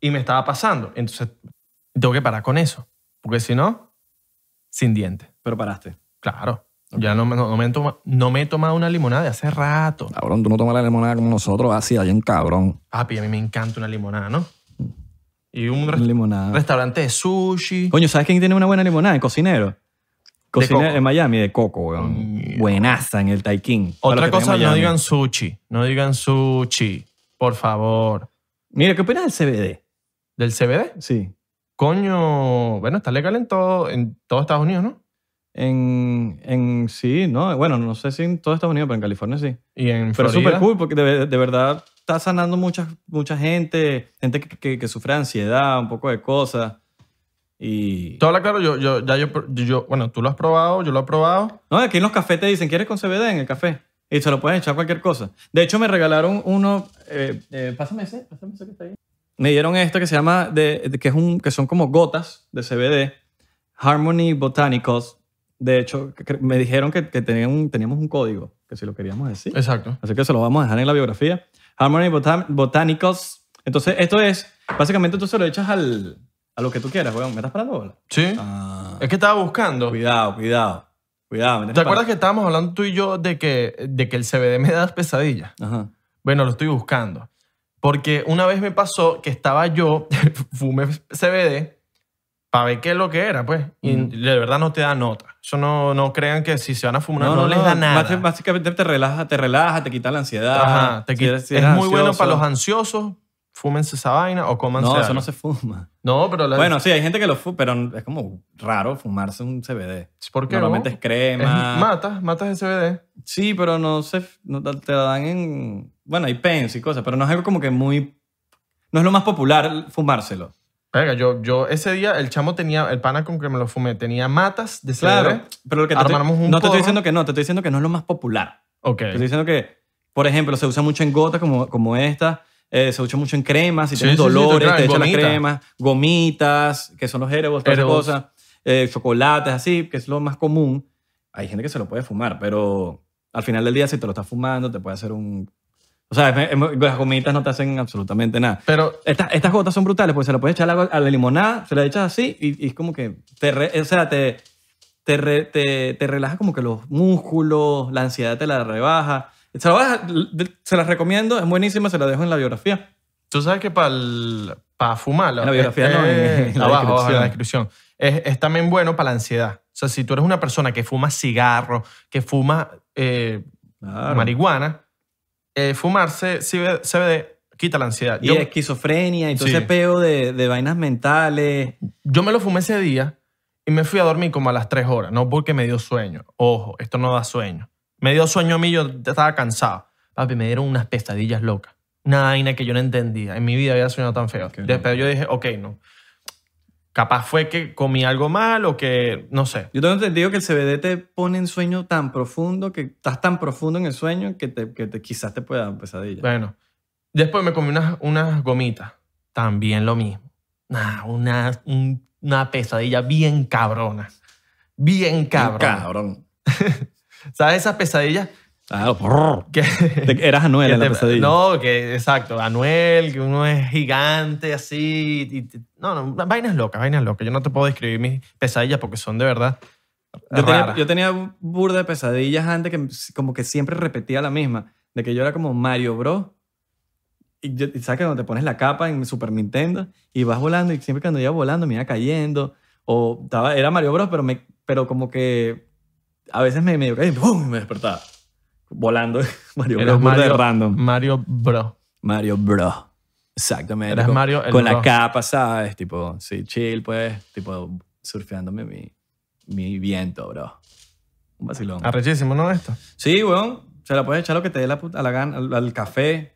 [SPEAKER 2] Y me estaba pasando. Entonces, tengo que parar con eso. Porque si no, sin dientes.
[SPEAKER 1] Pero paraste.
[SPEAKER 2] Claro. Ya no, me- no, me he toma- no me he tomado una limonada de hace rato.
[SPEAKER 3] Cabrón, tú no tomas la limonada como nosotros, así, hay un cabrón.
[SPEAKER 2] Papi, a mí me encanta una limonada, ¿no? Y un
[SPEAKER 1] Una
[SPEAKER 2] res-
[SPEAKER 1] limonada.
[SPEAKER 2] restaurante de sushi.
[SPEAKER 1] Coño, ¿sabes quién tiene una buena limonada? El cocinero. Cocinero
[SPEAKER 2] coco.
[SPEAKER 1] en Miami, de coco, weón. Buenaza en el Taikin. Para los
[SPEAKER 2] Otra
[SPEAKER 1] que estén
[SPEAKER 2] cosa,
[SPEAKER 1] en
[SPEAKER 2] no
[SPEAKER 1] Miami.
[SPEAKER 2] digan sushi. No digan sushi. Por favor.
[SPEAKER 1] Mira, ¿qué opinas del CBD?
[SPEAKER 2] ¿Del CBD?
[SPEAKER 1] Sí.
[SPEAKER 2] Coño. Bueno, está legal en todo, en todo Estados Unidos, ¿no?
[SPEAKER 1] En, en sí, no, bueno, no sé si en todo Estados Unidos, pero en California sí.
[SPEAKER 2] Y en
[SPEAKER 1] Pero es
[SPEAKER 2] Florida.
[SPEAKER 1] súper cool porque de, de verdad está sanando mucha, mucha gente, gente que, que- que sufre ansiedad, un poco de cosas. Y.
[SPEAKER 2] Todo claro, yo, yo, ya yo, yo- yo- bueno, tú lo has probado, yo lo he probado.
[SPEAKER 1] No, aquí en los cafés te dicen, ¿quieres con CBD en el café? Y se lo puedes echar cualquier cosa. De hecho, me regalaron uno. eh, eh, pásame ese, pásame ese que está ahí. Me dieron esto que se llama, de, de- que, es un, que son como gotas de CBD, Harmony Botanicals. De hecho, que- que me dijeron que, que tenían un- teníamos un código, que si lo queríamos decir.
[SPEAKER 2] Exacto.
[SPEAKER 1] Así que se lo vamos a dejar en la biografía. Harmony Botan- Botanicals. Entonces, esto es, básicamente tú se lo echas al, a lo que tú quieras, weón. ¿Me estás parando bola?
[SPEAKER 2] Sí. Es que estaba buscando.
[SPEAKER 1] Cuidado, cuidado. Cuidado. ¿me
[SPEAKER 2] Ah. ¿Te
[SPEAKER 1] tienes
[SPEAKER 2] acuerdas que estábamos hablando tú y yo de que, de que el CBD me da pesadillas?
[SPEAKER 1] para- Ajá.
[SPEAKER 2] Bueno, lo estoy buscando. Porque una vez me pasó que estaba yo, [laughs] fumé CBD, para ver qué es lo que era, pues. Y
[SPEAKER 1] Mm.
[SPEAKER 2] de verdad no te da nota. Eso no, no crean que si se van a fumar no, les da nada.
[SPEAKER 1] Basi- Básicamente te relaja, te relaja, te quita la ansiedad.
[SPEAKER 2] Ajá, te
[SPEAKER 1] ah, Si
[SPEAKER 2] quita-
[SPEAKER 1] eres- si
[SPEAKER 2] es
[SPEAKER 1] eres
[SPEAKER 2] muy bueno para los
[SPEAKER 1] ansioso.
[SPEAKER 2] ansiosos. Fúmense esa vaina o cómanse
[SPEAKER 1] No, eso
[SPEAKER 2] algo.
[SPEAKER 1] no se fuma.
[SPEAKER 2] No, pero... la-
[SPEAKER 1] Bueno, sí, hay gente que lo fuma, pero es como raro fumarse un CBD.
[SPEAKER 2] ¿por qué no?
[SPEAKER 1] Normalmente es crema.
[SPEAKER 2] Es- matas, matas el CBD.
[SPEAKER 1] Sí, pero no se. no te te la dan en. Bueno, hay pens y cosas, pero no es algo como que muy. No es lo más popular fumárselo.
[SPEAKER 2] Venga, yo, yo ese día el chamo tenía, el pana con que me lo fumé, tenía matas de CBD.
[SPEAKER 1] Pero lo que te estoy-
[SPEAKER 2] Armamos un
[SPEAKER 1] No te
[SPEAKER 2] porro.
[SPEAKER 1] estoy diciendo que no, te estoy diciendo que no es lo más popular.
[SPEAKER 2] Ok.
[SPEAKER 1] Te estoy diciendo que, por ejemplo, se usa mucho en gotas como, como esta. eh, se usa mucho en cremas, si
[SPEAKER 2] Sí,
[SPEAKER 1] tienes
[SPEAKER 2] sí, sí, te
[SPEAKER 1] dolores,
[SPEAKER 2] traen
[SPEAKER 1] te echan las
[SPEAKER 2] gomitas.
[SPEAKER 1] cremas, gomitas, que son los herbos, todas esas
[SPEAKER 2] Herbos.
[SPEAKER 1] cosas, eh, chocolates, así, que es lo más común. Hay gente que se lo puede fumar, pero al final del día, si te lo estás fumando, te puede hacer un... O sea, es- es- las gomitas no te hacen absolutamente nada.
[SPEAKER 2] Pero
[SPEAKER 1] Estas, estas gotas son brutales, pues se la puedes echar a la, a la limonada, se la echas así y, y es como que te, re- o sea, te, te, re- te, te relaja como que los músculos, la ansiedad te la rebaja. Se la, vas a- se la recomiendo, es buenísima, se la dejo en la biografía.
[SPEAKER 2] tú sabes que para pa fumarlo.
[SPEAKER 1] En la biografía, no, en- en la
[SPEAKER 2] abajo, abajo, en la
[SPEAKER 1] descripción.
[SPEAKER 2] descripción. Es, es también bueno para la ansiedad. O sea, si tú eres una persona que fuma cigarro, que fuma eh,
[SPEAKER 1] Claro.
[SPEAKER 2] marihuana, eh, fumarse CB- CBD quita la ansiedad.
[SPEAKER 1] Y
[SPEAKER 2] Yo-
[SPEAKER 1] esquizofrenia y todo
[SPEAKER 2] Sí.
[SPEAKER 1] ese peo de, de vainas mentales.
[SPEAKER 2] Yo me lo fumé ese día y me fui a dormir como a las 3 horas, no porque me dio sueño. Ojo, esto no da sueño. Me dio sueño a mí, yo estaba cansado. Papi, me dieron unas pesadillas locas. Una vaina que yo no entendía. En mi vida había soñado tan feo.
[SPEAKER 1] Qué
[SPEAKER 2] Después yo dije, ok, no. Capaz fue que comí algo mal o que, no sé.
[SPEAKER 1] Yo tengo entendido que el CBD te pone en sueño tan profundo, que estás tan profundo en el sueño que, te, que te- quizás te pueda dar pesadilla.
[SPEAKER 2] Bueno, después me comí unas, unas gomitas. También lo mismo. Nah, una, un- una pesadilla bien cabrona. Bien cabrona.
[SPEAKER 3] Cabrón.
[SPEAKER 2] [laughs] ¿Sabes esas pesadillas
[SPEAKER 3] Claro.
[SPEAKER 2] que... [laughs]
[SPEAKER 1] Te- eras Anuel
[SPEAKER 2] que
[SPEAKER 1] en la
[SPEAKER 2] te-
[SPEAKER 1] pesadilla.
[SPEAKER 2] Este, No, que exacto, Anuel, que uno es gigante así. y te- no, no, vainas locas, vainas locas. Yo no te puedo describir mis pesadillas porque son de verdad.
[SPEAKER 1] Yo tenía,
[SPEAKER 2] raras.
[SPEAKER 1] yo tenía burda de pesadillas antes que como que siempre repetía la misma. De que yo era como Mario Bros. Y, yo- y sabes que cuando te pones la capa en Super Nintendo y vas volando y siempre cuando iba volando me iba cayendo. O estaba, era Mario Bros, pero, me, pero como que a veces me medio caí ¡pum! y me despertaba. Volando. [laughs] Mario
[SPEAKER 2] Eras
[SPEAKER 1] Bros. burda de
[SPEAKER 2] Mario-
[SPEAKER 1] random.
[SPEAKER 2] Mario Bro.
[SPEAKER 1] Mario Bros. Exactamente.
[SPEAKER 2] Eras
[SPEAKER 1] con,
[SPEAKER 2] Mario el
[SPEAKER 1] Con la
[SPEAKER 2] Bro.
[SPEAKER 1] capa, ¿sabes? Tipo, sí, chill, pues. Tipo, surfeándome mi, mi viento, bro. Un vacilón.
[SPEAKER 2] Arrechísimo, ¿no? Esto.
[SPEAKER 1] Sí, weón. Se la puedes echar lo que te dé la, puta- a la gana, al, al café.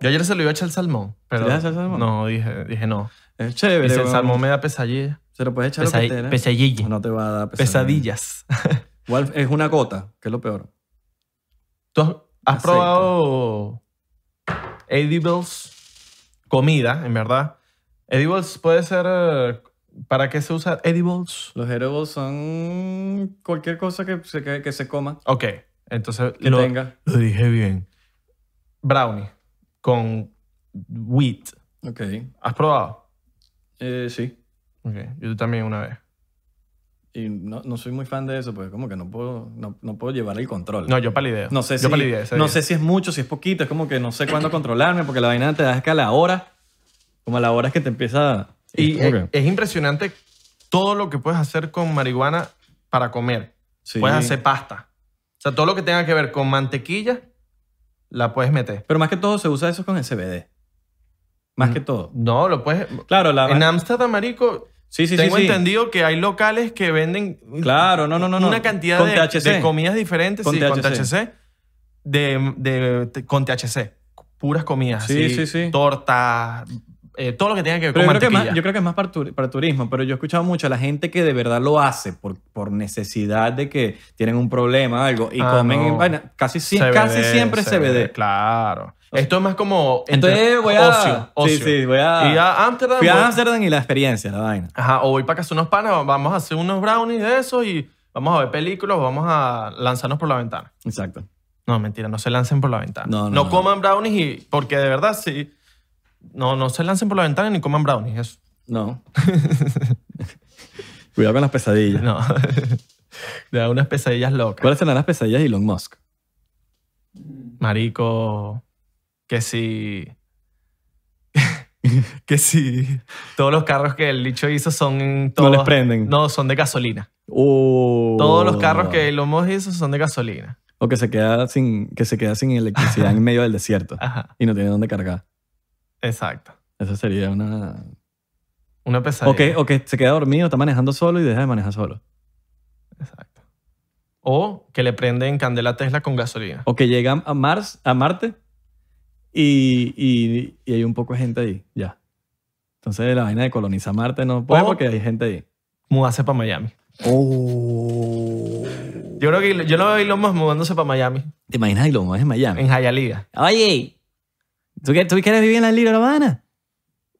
[SPEAKER 2] Yo ayer se lo iba a echar al salmón. Pero
[SPEAKER 1] ¿Se le das al salmón?
[SPEAKER 2] No, dije, dije no.
[SPEAKER 1] Es chévere,
[SPEAKER 2] Dice, el
[SPEAKER 1] weón.
[SPEAKER 2] salmón me da pesadilla.
[SPEAKER 1] Se lo puedes echar lo que te dé.
[SPEAKER 2] Pesadi-
[SPEAKER 1] la-
[SPEAKER 2] pesadilla.
[SPEAKER 1] No te va a dar pesadilla.
[SPEAKER 2] Pesadillas.
[SPEAKER 1] Igual es una gota, que es lo peor.
[SPEAKER 2] ¿Tú has, has
[SPEAKER 1] Aceite.
[SPEAKER 2] probado edibles? Comida, en verdad. Edibles puede ser... eh, ¿Para qué se usa edibles?
[SPEAKER 1] Los edibles son cualquier cosa que se, que, que se coma,
[SPEAKER 2] Ok, entonces
[SPEAKER 1] que tenga.
[SPEAKER 2] lo dije bien. Brownie con wheat.
[SPEAKER 1] Ok.
[SPEAKER 2] ¿Has probado?
[SPEAKER 1] Eh, sí.
[SPEAKER 2] Ok, yo también una vez.
[SPEAKER 1] Y no, no soy muy fan de eso, pues como que no puedo, no, no puedo llevar el control.
[SPEAKER 2] No, yo palideo.
[SPEAKER 1] No sé, si,
[SPEAKER 2] yo palideo ese
[SPEAKER 1] no
[SPEAKER 2] día.
[SPEAKER 1] sé si es mucho, si es poquito. Es como que no sé cuándo controlarme porque la vaina te da es que a la hora, como a la hora es que te empieza...
[SPEAKER 2] Y eh,
[SPEAKER 1] es
[SPEAKER 2] es,
[SPEAKER 1] como que-
[SPEAKER 2] es impresionante todo lo que puedes hacer con marihuana para comer.
[SPEAKER 1] Sí.
[SPEAKER 2] Puedes hacer pasta. O sea, todo lo que tenga que ver con mantequilla, la puedes meter.
[SPEAKER 1] Pero más que todo se usa eso con el CBD. Más que todo.
[SPEAKER 2] No, lo puedes...
[SPEAKER 1] Claro, la...
[SPEAKER 2] Mm. En Amsterdam, marico,
[SPEAKER 1] Ah, sí, sí, sí,
[SPEAKER 2] tengo
[SPEAKER 1] sí.
[SPEAKER 2] entendido que hay locales que venden
[SPEAKER 1] Claro, no, no, no. no.
[SPEAKER 2] una cantidad
[SPEAKER 1] Con
[SPEAKER 2] de,
[SPEAKER 1] THC.
[SPEAKER 2] de comidas diferentes
[SPEAKER 1] Con
[SPEAKER 2] sí, con
[SPEAKER 1] THC.
[SPEAKER 2] THC de, de- te- con THC puras comidas
[SPEAKER 1] Sí,
[SPEAKER 2] así,
[SPEAKER 1] sí, sí.
[SPEAKER 2] tortas eh, todo lo que tenga que ver
[SPEAKER 1] Pero yo
[SPEAKER 2] con
[SPEAKER 1] creo, que más,
[SPEAKER 2] mantequilla
[SPEAKER 1] yo creo que es más para, turi- para turismo, pero yo he escuchado mucho a la gente que de verdad lo hace por, por necesidad de que tienen un problema o algo y
[SPEAKER 2] Ah,
[SPEAKER 1] comen
[SPEAKER 2] no.
[SPEAKER 1] vaina. Casi, sie-
[SPEAKER 2] CBD,
[SPEAKER 1] casi siempre CBD.
[SPEAKER 2] claro esto es más como entre-
[SPEAKER 1] Entonces voy a...
[SPEAKER 2] ocio, ocio.
[SPEAKER 1] Sí, sí, voy a...
[SPEAKER 2] y a Amsterdam
[SPEAKER 1] Fui
[SPEAKER 2] voy-
[SPEAKER 1] a Amsterdam y la experiencia, la vaina.
[SPEAKER 2] ajá, o voy para casa unos panas vamos a hacer unos brownies de eso y vamos a ver películas vamos a lanzarnos por la ventana
[SPEAKER 1] Exacto.
[SPEAKER 2] No, mentira, no se lancen por la ventana.
[SPEAKER 1] No,
[SPEAKER 2] No,
[SPEAKER 1] no, no.
[SPEAKER 2] coman brownies y, porque de verdad sí. No, no se lancen por la ventana ni coman brownies. Eso.
[SPEAKER 1] No. [laughs] Cuidado con las pesadillas.
[SPEAKER 2] No. [laughs] Le da unas pesadillas locas.
[SPEAKER 1] ¿Cuáles serán las pesadillas de Elon Musk?
[SPEAKER 2] Marico, que si. [laughs] que si. Todos los carros que el licho hizo son. Todos,
[SPEAKER 1] les prenden.
[SPEAKER 2] No, son de gasolina.
[SPEAKER 1] Oh.
[SPEAKER 2] Todos los carros que Elon Musk hizo son de gasolina.
[SPEAKER 1] O que se queda sin, que se queda sin electricidad en medio del desierto
[SPEAKER 2] Ajá,
[SPEAKER 1] y no tiene dónde cargar.
[SPEAKER 2] exacto.
[SPEAKER 1] Esa sería una...
[SPEAKER 2] Una pesadilla.
[SPEAKER 1] O que, o que se queda dormido, está manejando solo y deja de manejar solo.
[SPEAKER 2] Exacto. O que le prenden candela a Tesla con gasolina.
[SPEAKER 1] O que llega a, Mars, a Marte y, y- y hay un poco de gente ahí, ya. Entonces la vaina de colonizar Marte no puede
[SPEAKER 2] O-
[SPEAKER 1] porque hay gente ahí.
[SPEAKER 2] Mudarse para Miami. Oh. Yo creo que yo lo veo a Elon Musk mudándose para Miami,
[SPEAKER 1] ¿Te imaginas Elon Musk en Miami?
[SPEAKER 2] en Hialeah.
[SPEAKER 1] Oye, ¿tú, qué- tú quieres vivir en la Little Habana?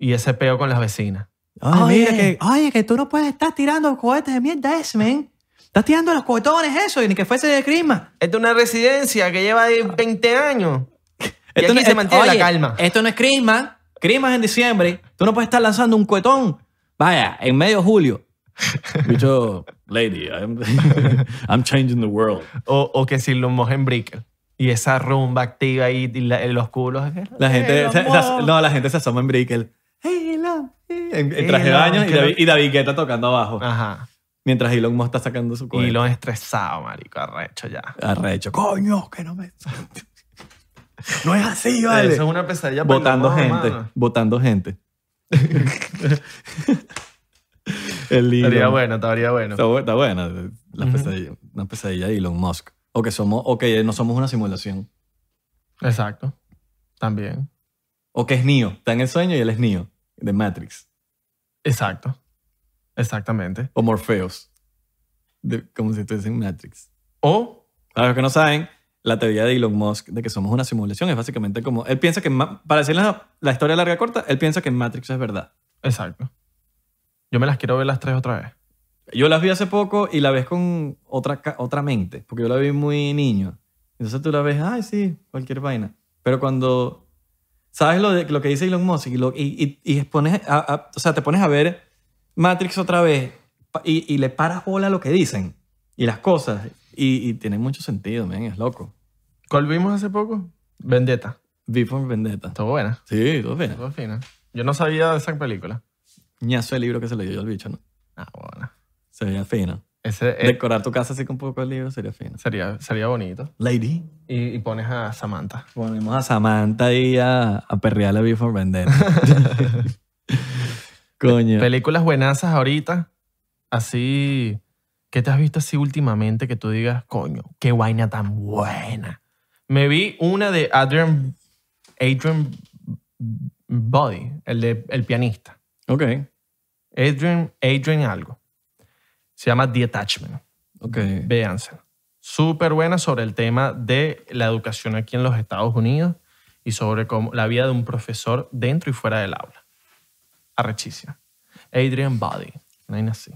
[SPEAKER 2] Y ese peo con las vecinas.
[SPEAKER 1] Oye, mira que, oye, que tú no puedes estar tirando cohetes de mierda ese, men.
[SPEAKER 4] Estás tirando los cohetones eso, y ni que fuese de crisma.
[SPEAKER 2] Esta es una residencia que lleva ahí 20 años. Y
[SPEAKER 4] Esto
[SPEAKER 2] aquí
[SPEAKER 4] no-
[SPEAKER 2] se
[SPEAKER 4] esto-
[SPEAKER 2] mantiene
[SPEAKER 4] oye,
[SPEAKER 2] la calma.
[SPEAKER 4] Esto no es Christmas. Christmas en diciembre. Tú no puedes estar lanzando un cuetón. Vaya, en medio de
[SPEAKER 2] [laughs]
[SPEAKER 4] julio. Bicho, lady,
[SPEAKER 1] [laughs]
[SPEAKER 4] I'm, I'm changing the world.
[SPEAKER 2] O, o que si lo mojen brick. Y esa rumba activa ahí, y la- los culos.
[SPEAKER 1] La gente,
[SPEAKER 2] El
[SPEAKER 1] se- se as-
[SPEAKER 2] amor.
[SPEAKER 1] no, la gente se asoma en Brickell. Hey, Elon. hey, En, en
[SPEAKER 2] Hey,
[SPEAKER 1] traje de
[SPEAKER 2] Elon, Ah.
[SPEAKER 1] baño y
[SPEAKER 2] creo
[SPEAKER 1] David, y David Guetta tocando abajo.
[SPEAKER 2] Ajá.
[SPEAKER 1] Mientras Elon Musk está sacando su cohete.
[SPEAKER 2] Y lo estresado, marico, arrecho ya.
[SPEAKER 1] Arrecho. Coño, que no me... [laughs] no es así, vale.
[SPEAKER 2] Eso es una pesadilla. para
[SPEAKER 1] Votando
[SPEAKER 2] los dos,
[SPEAKER 1] gente.
[SPEAKER 2] hermano.
[SPEAKER 1] Votando
[SPEAKER 2] [laughs]
[SPEAKER 1] gente. El Elon.
[SPEAKER 2] Estaría bueno, estaría bueno.
[SPEAKER 1] Está, bu- está buena. eh, La pesadilla, una pesadilla de Elon Musk. O que somos, o que no somos una simulación.
[SPEAKER 2] Exacto. También.
[SPEAKER 1] O que es Neo. Está en el sueño y él es Neo. De Matrix.
[SPEAKER 2] Exacto. Exactamente.
[SPEAKER 1] O Morpheus. De- como si estuviese en Matrix.
[SPEAKER 2] O
[SPEAKER 1] Para los que no saben, la teoría de Elon Musk de que somos una simulación es básicamente como... Él piensa que... Ma- Para decir la, la historia larga corta, él piensa que Matrix es verdad.
[SPEAKER 2] Exacto. Yo me las quiero ver las tres otra vez.
[SPEAKER 1] Yo las vi hace poco y la ves con otra, ca- otra mente, porque yo la vi muy niño. Entonces tú la ves, ay, sí, cualquier vaina. Pero cuando sabes lo, de, lo que dice Elon Musk y, lo- y, y, y pones a- a- o sea, te pones a ver Matrix otra vez pa- y, y le paras bola a lo que dicen y las cosas. Y, y tiene mucho sentido, men, es loco.
[SPEAKER 2] ¿Cuál vimos hace poco? Vendetta.
[SPEAKER 1] V for Vendetta.
[SPEAKER 2] Estuvo buena.
[SPEAKER 1] Sí, todo bien.
[SPEAKER 2] Estuvo fina. Yo no sabía de esa película.
[SPEAKER 1] Ñazo el libro que se le dio al bicho, ¿no?
[SPEAKER 2] Ah, buena.
[SPEAKER 1] Se veía fino.
[SPEAKER 2] Ese eh,
[SPEAKER 1] Decorar tu casa así con poco de libro sería fino.
[SPEAKER 2] sería, sería bonito.
[SPEAKER 1] Lady.
[SPEAKER 2] Y, y pones a Samantha.
[SPEAKER 1] Ponemos a Samantha y a, a perrear a Before [laughs] Vendetta. Coño.
[SPEAKER 2] Películas buenazas ahorita. Así. ¿Qué te has visto así últimamente que tú digas, coño, qué vaina tan buena? Me vi una de Adrian. Adrian Body, el, de, el pianista.
[SPEAKER 1] Ok,
[SPEAKER 2] Adrian, Adrian algo. Se llama The Attachment.
[SPEAKER 1] ok.
[SPEAKER 2] Véanse. Súper buena sobre el tema de la educación aquí en los Estados Unidos y sobre cómo, la vida de un profesor dentro y fuera del aula. Arrechísima. Adrian Body. No hay así.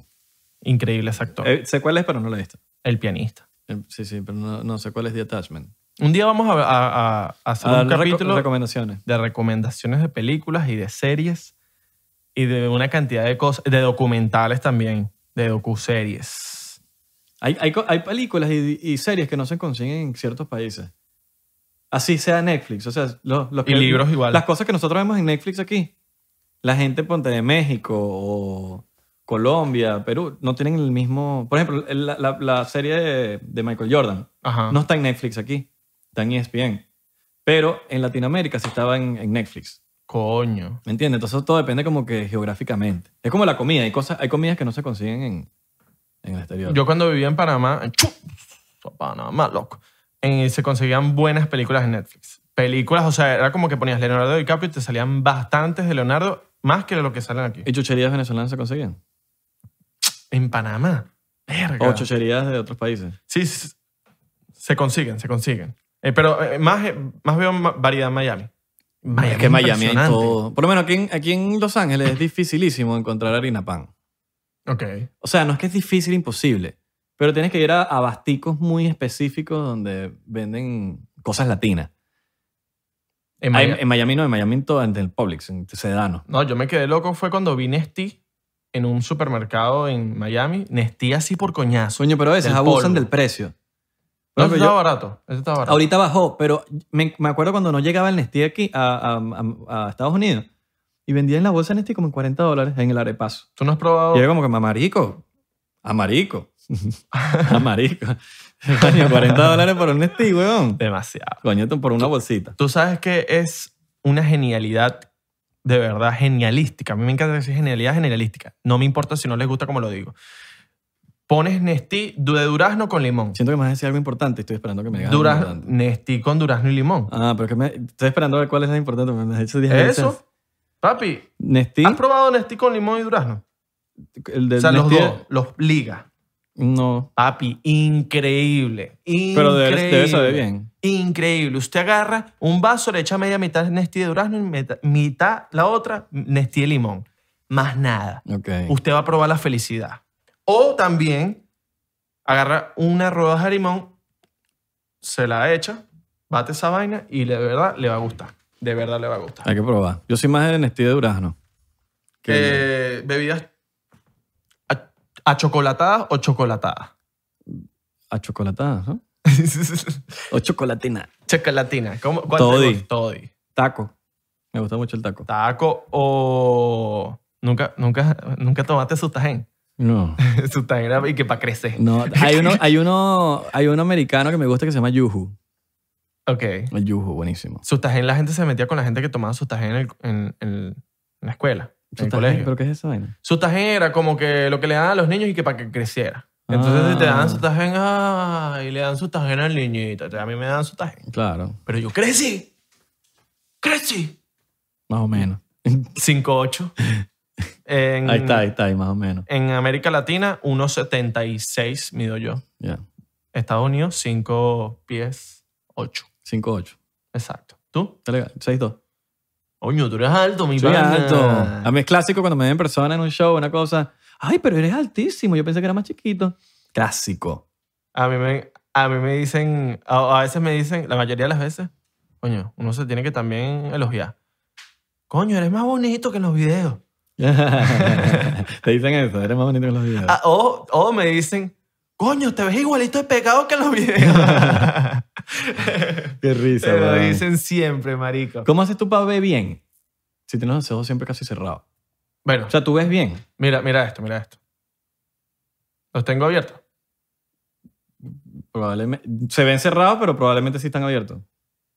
[SPEAKER 2] Increíble ese actor.
[SPEAKER 1] Eh, sé cuál es, pero no lo he visto.
[SPEAKER 2] el pianista.
[SPEAKER 1] Eh, Sí, sí, pero no, no sé cuál es The Attachment.
[SPEAKER 2] Un día vamos a, a- a- a hacer
[SPEAKER 1] Ah,
[SPEAKER 2] un
[SPEAKER 1] reco-
[SPEAKER 2] capítulo
[SPEAKER 1] recomendaciones.
[SPEAKER 2] de recomendaciones de películas y de series y de una cantidad de cosas, de documentales también, de docuseries.
[SPEAKER 1] Hay, hay, co- hay películas y, y series que no se consiguen en ciertos países. Así sea Netflix. O sea, los, los
[SPEAKER 2] Y
[SPEAKER 1] que-
[SPEAKER 2] libros igual.
[SPEAKER 1] Las cosas que nosotros vemos en Netflix aquí, la gente ponte de México o Colombia, Perú, no tienen el mismo... Por ejemplo, el- la, la- la serie de, de Michael Jordan
[SPEAKER 2] Ajá.
[SPEAKER 1] no está en Netflix aquí, está en E ESPN. Pero en Latinoamérica sí estaba en, en Netflix.
[SPEAKER 2] Coño.
[SPEAKER 1] ¿Me entiendes? Entonces todo depende como que geográficamente. Es como la comida. Hay, cosas, hay comidas que no se consiguen en, en el exterior.
[SPEAKER 2] Yo cuando vivía en Panamá, en chu- Panamá, loco, eh, se conseguían buenas películas en Netflix. Películas, o sea, era como que ponías Leonardo DiCaprio y te salían bastantes de Leonardo, más que lo que salen aquí.
[SPEAKER 1] ¿Y chucherías venezolanas se consiguen?
[SPEAKER 2] En Panamá. Verga.
[SPEAKER 1] O chucherías de otros países.
[SPEAKER 2] Sí, s- se consiguen, se consiguen. Eh, pero eh, más, eh, más veo ma- variedad en Miami. Miami
[SPEAKER 1] es que en Miami hay
[SPEAKER 2] impresionante.
[SPEAKER 1] todo. Por lo menos aquí en, aquí en Los Ángeles es dificilísimo encontrar harina pan.
[SPEAKER 2] Ok.
[SPEAKER 1] O sea, no es que es difícil, imposible. Pero tienes que ir a, a basticos muy específicos donde venden cosas latinas.
[SPEAKER 2] En
[SPEAKER 1] Ah, En,
[SPEAKER 2] Miami-
[SPEAKER 1] en Miami no, en Miami en todo, en el Publix, en Sedano.
[SPEAKER 2] No, yo me quedé loco fue cuando vi Nestí en un supermercado en Miami. Nestí así por coñazo.
[SPEAKER 1] Sueño, pero a veces
[SPEAKER 2] Del
[SPEAKER 1] abusan
[SPEAKER 2] polvo.
[SPEAKER 1] del precio.
[SPEAKER 2] No,
[SPEAKER 1] Por
[SPEAKER 2] eso
[SPEAKER 1] ejemplo,
[SPEAKER 2] estaba
[SPEAKER 1] yo-
[SPEAKER 2] barato. Eso estaba barato.
[SPEAKER 1] Ahorita bajó, pero me, me acuerdo cuando no llegaba el Nestí aquí a, a- a- a Estados Unidos y vendía en la bolsa Nestí como en 40 dólares en el arepazo.
[SPEAKER 2] ¿Tú no has probado?
[SPEAKER 1] Y yo como que, mamarico,
[SPEAKER 2] [laughs]
[SPEAKER 1] amarico, amarico. Coño, 40 dólares por un Nestí, weón.
[SPEAKER 2] Demasiado.
[SPEAKER 1] Coño, tú por una bolsita.
[SPEAKER 2] Tú sabes que es una genialidad de verdad genialística. A mí me encanta decir genialidad genialística. No me importa si no les gusta como lo digo. Pones Nestí de durazno con limón.
[SPEAKER 1] Siento que me vas a decir algo importante. Estoy esperando que me digas algo
[SPEAKER 2] Durazno,
[SPEAKER 1] importante.
[SPEAKER 2] Nestí con durazno y limón.
[SPEAKER 1] Ah, pero que me, estoy esperando a ver cuál es la importante. Me has hecho 10 veces.
[SPEAKER 2] Eso. Papi,
[SPEAKER 1] Nestí,
[SPEAKER 2] ¿has probado Nestí con limón y durazno?
[SPEAKER 1] el de
[SPEAKER 2] o sea, los
[SPEAKER 1] Nestí-
[SPEAKER 2] dos, los liga.
[SPEAKER 1] No,
[SPEAKER 2] Papi, increíble.
[SPEAKER 1] pero debe, debe saber
[SPEAKER 2] increíble.
[SPEAKER 1] bien.
[SPEAKER 2] Increíble. Usted agarra un vaso, le echa media mitad Nestí de durazno y meta- mitad la otra Nestí de limón. Más nada.
[SPEAKER 1] Ok.
[SPEAKER 2] Usted va a probar la felicidad. O también agarra una rodaja de limón, se la echa, bate esa vaina y de verdad le va a gustar. De verdad le va a gustar.
[SPEAKER 1] Hay que probar. Yo soy más de Nestí de durazno.
[SPEAKER 2] Eh, bebidas a- achocolatadas o chocolatadas. [laughs]
[SPEAKER 1] A chocolatada, ¿no? O chocolatina.
[SPEAKER 2] Chocolatina. ¿Cómo? ¿Cuál te
[SPEAKER 1] Toddy.
[SPEAKER 2] gusta? Toddy.
[SPEAKER 1] Taco. Me gusta mucho el taco.
[SPEAKER 2] Taco o... Nunca, nunca, nunca tomaste [laughs] sutagen.
[SPEAKER 1] No.
[SPEAKER 2] sutagen era y que para crecer.
[SPEAKER 1] No, hay uno, hay uno, hay uno americano que me gusta que se llama Yuhu.
[SPEAKER 2] Ok.
[SPEAKER 1] El Yuhu, buenísimo.
[SPEAKER 2] Sutagen, la gente se metía con la gente que tomaba sutagen en, el- en- en- en la escuela, en el
[SPEAKER 1] ¿Sutagen?
[SPEAKER 2] colegio.
[SPEAKER 1] ¿Pero qué es esa vaina?
[SPEAKER 2] Sutagen era como que lo que le dan a los niños y que para que creciera. Entonces
[SPEAKER 1] Ah.
[SPEAKER 2] si te dan sutagen, ay, le dan sutagen al niñito. Entonces, a mí me dan sutagen.
[SPEAKER 1] Claro,
[SPEAKER 2] Pero yo crecí. Crecí.
[SPEAKER 1] más o menos. [laughs]
[SPEAKER 2] 5'8". En,
[SPEAKER 1] Ahí está, ahí está, ahí más o menos.
[SPEAKER 2] En América Latina, 1,76 mido yo.
[SPEAKER 1] Ya.
[SPEAKER 2] Estados Unidos, 5 pies 8.
[SPEAKER 1] 5'8.
[SPEAKER 2] Exacto. ¿Tú?
[SPEAKER 1] Está legal. 6'2.
[SPEAKER 2] Oño, tú eres alto, mi
[SPEAKER 1] Soy
[SPEAKER 2] pana.
[SPEAKER 1] alto. A mí es clásico cuando me ven en persona en un show, una cosa. Ay, pero eres altísimo. Yo pensé que era más chiquito. Clásico. [laughs]
[SPEAKER 2] A mí me, a mí me dicen, a, a veces me dicen, la mayoría de las veces, coño, uno se tiene que también elogiar. Coño, eres más bonito que en los videos.
[SPEAKER 1] Te dicen eso. Eres más bonito que los videos.
[SPEAKER 2] Ah, o, o me dicen, coño, te ves igualito de pecado que en los
[SPEAKER 1] [laughs]
[SPEAKER 2] videos. [laughs]
[SPEAKER 1] Qué risa,
[SPEAKER 2] Te lo
[SPEAKER 1] weón.
[SPEAKER 2] dicen siempre, marico.
[SPEAKER 1] ¿Cómo haces tú para ver bien? Si tienes los ojos siempre casi cerrados.
[SPEAKER 2] Bueno,
[SPEAKER 1] O sea, tú ves bien.
[SPEAKER 2] mira, mira esto, mira esto. Los tengo abiertos.
[SPEAKER 1] Probablemente. Se ven cerrados, pero probablemente sí están abiertos.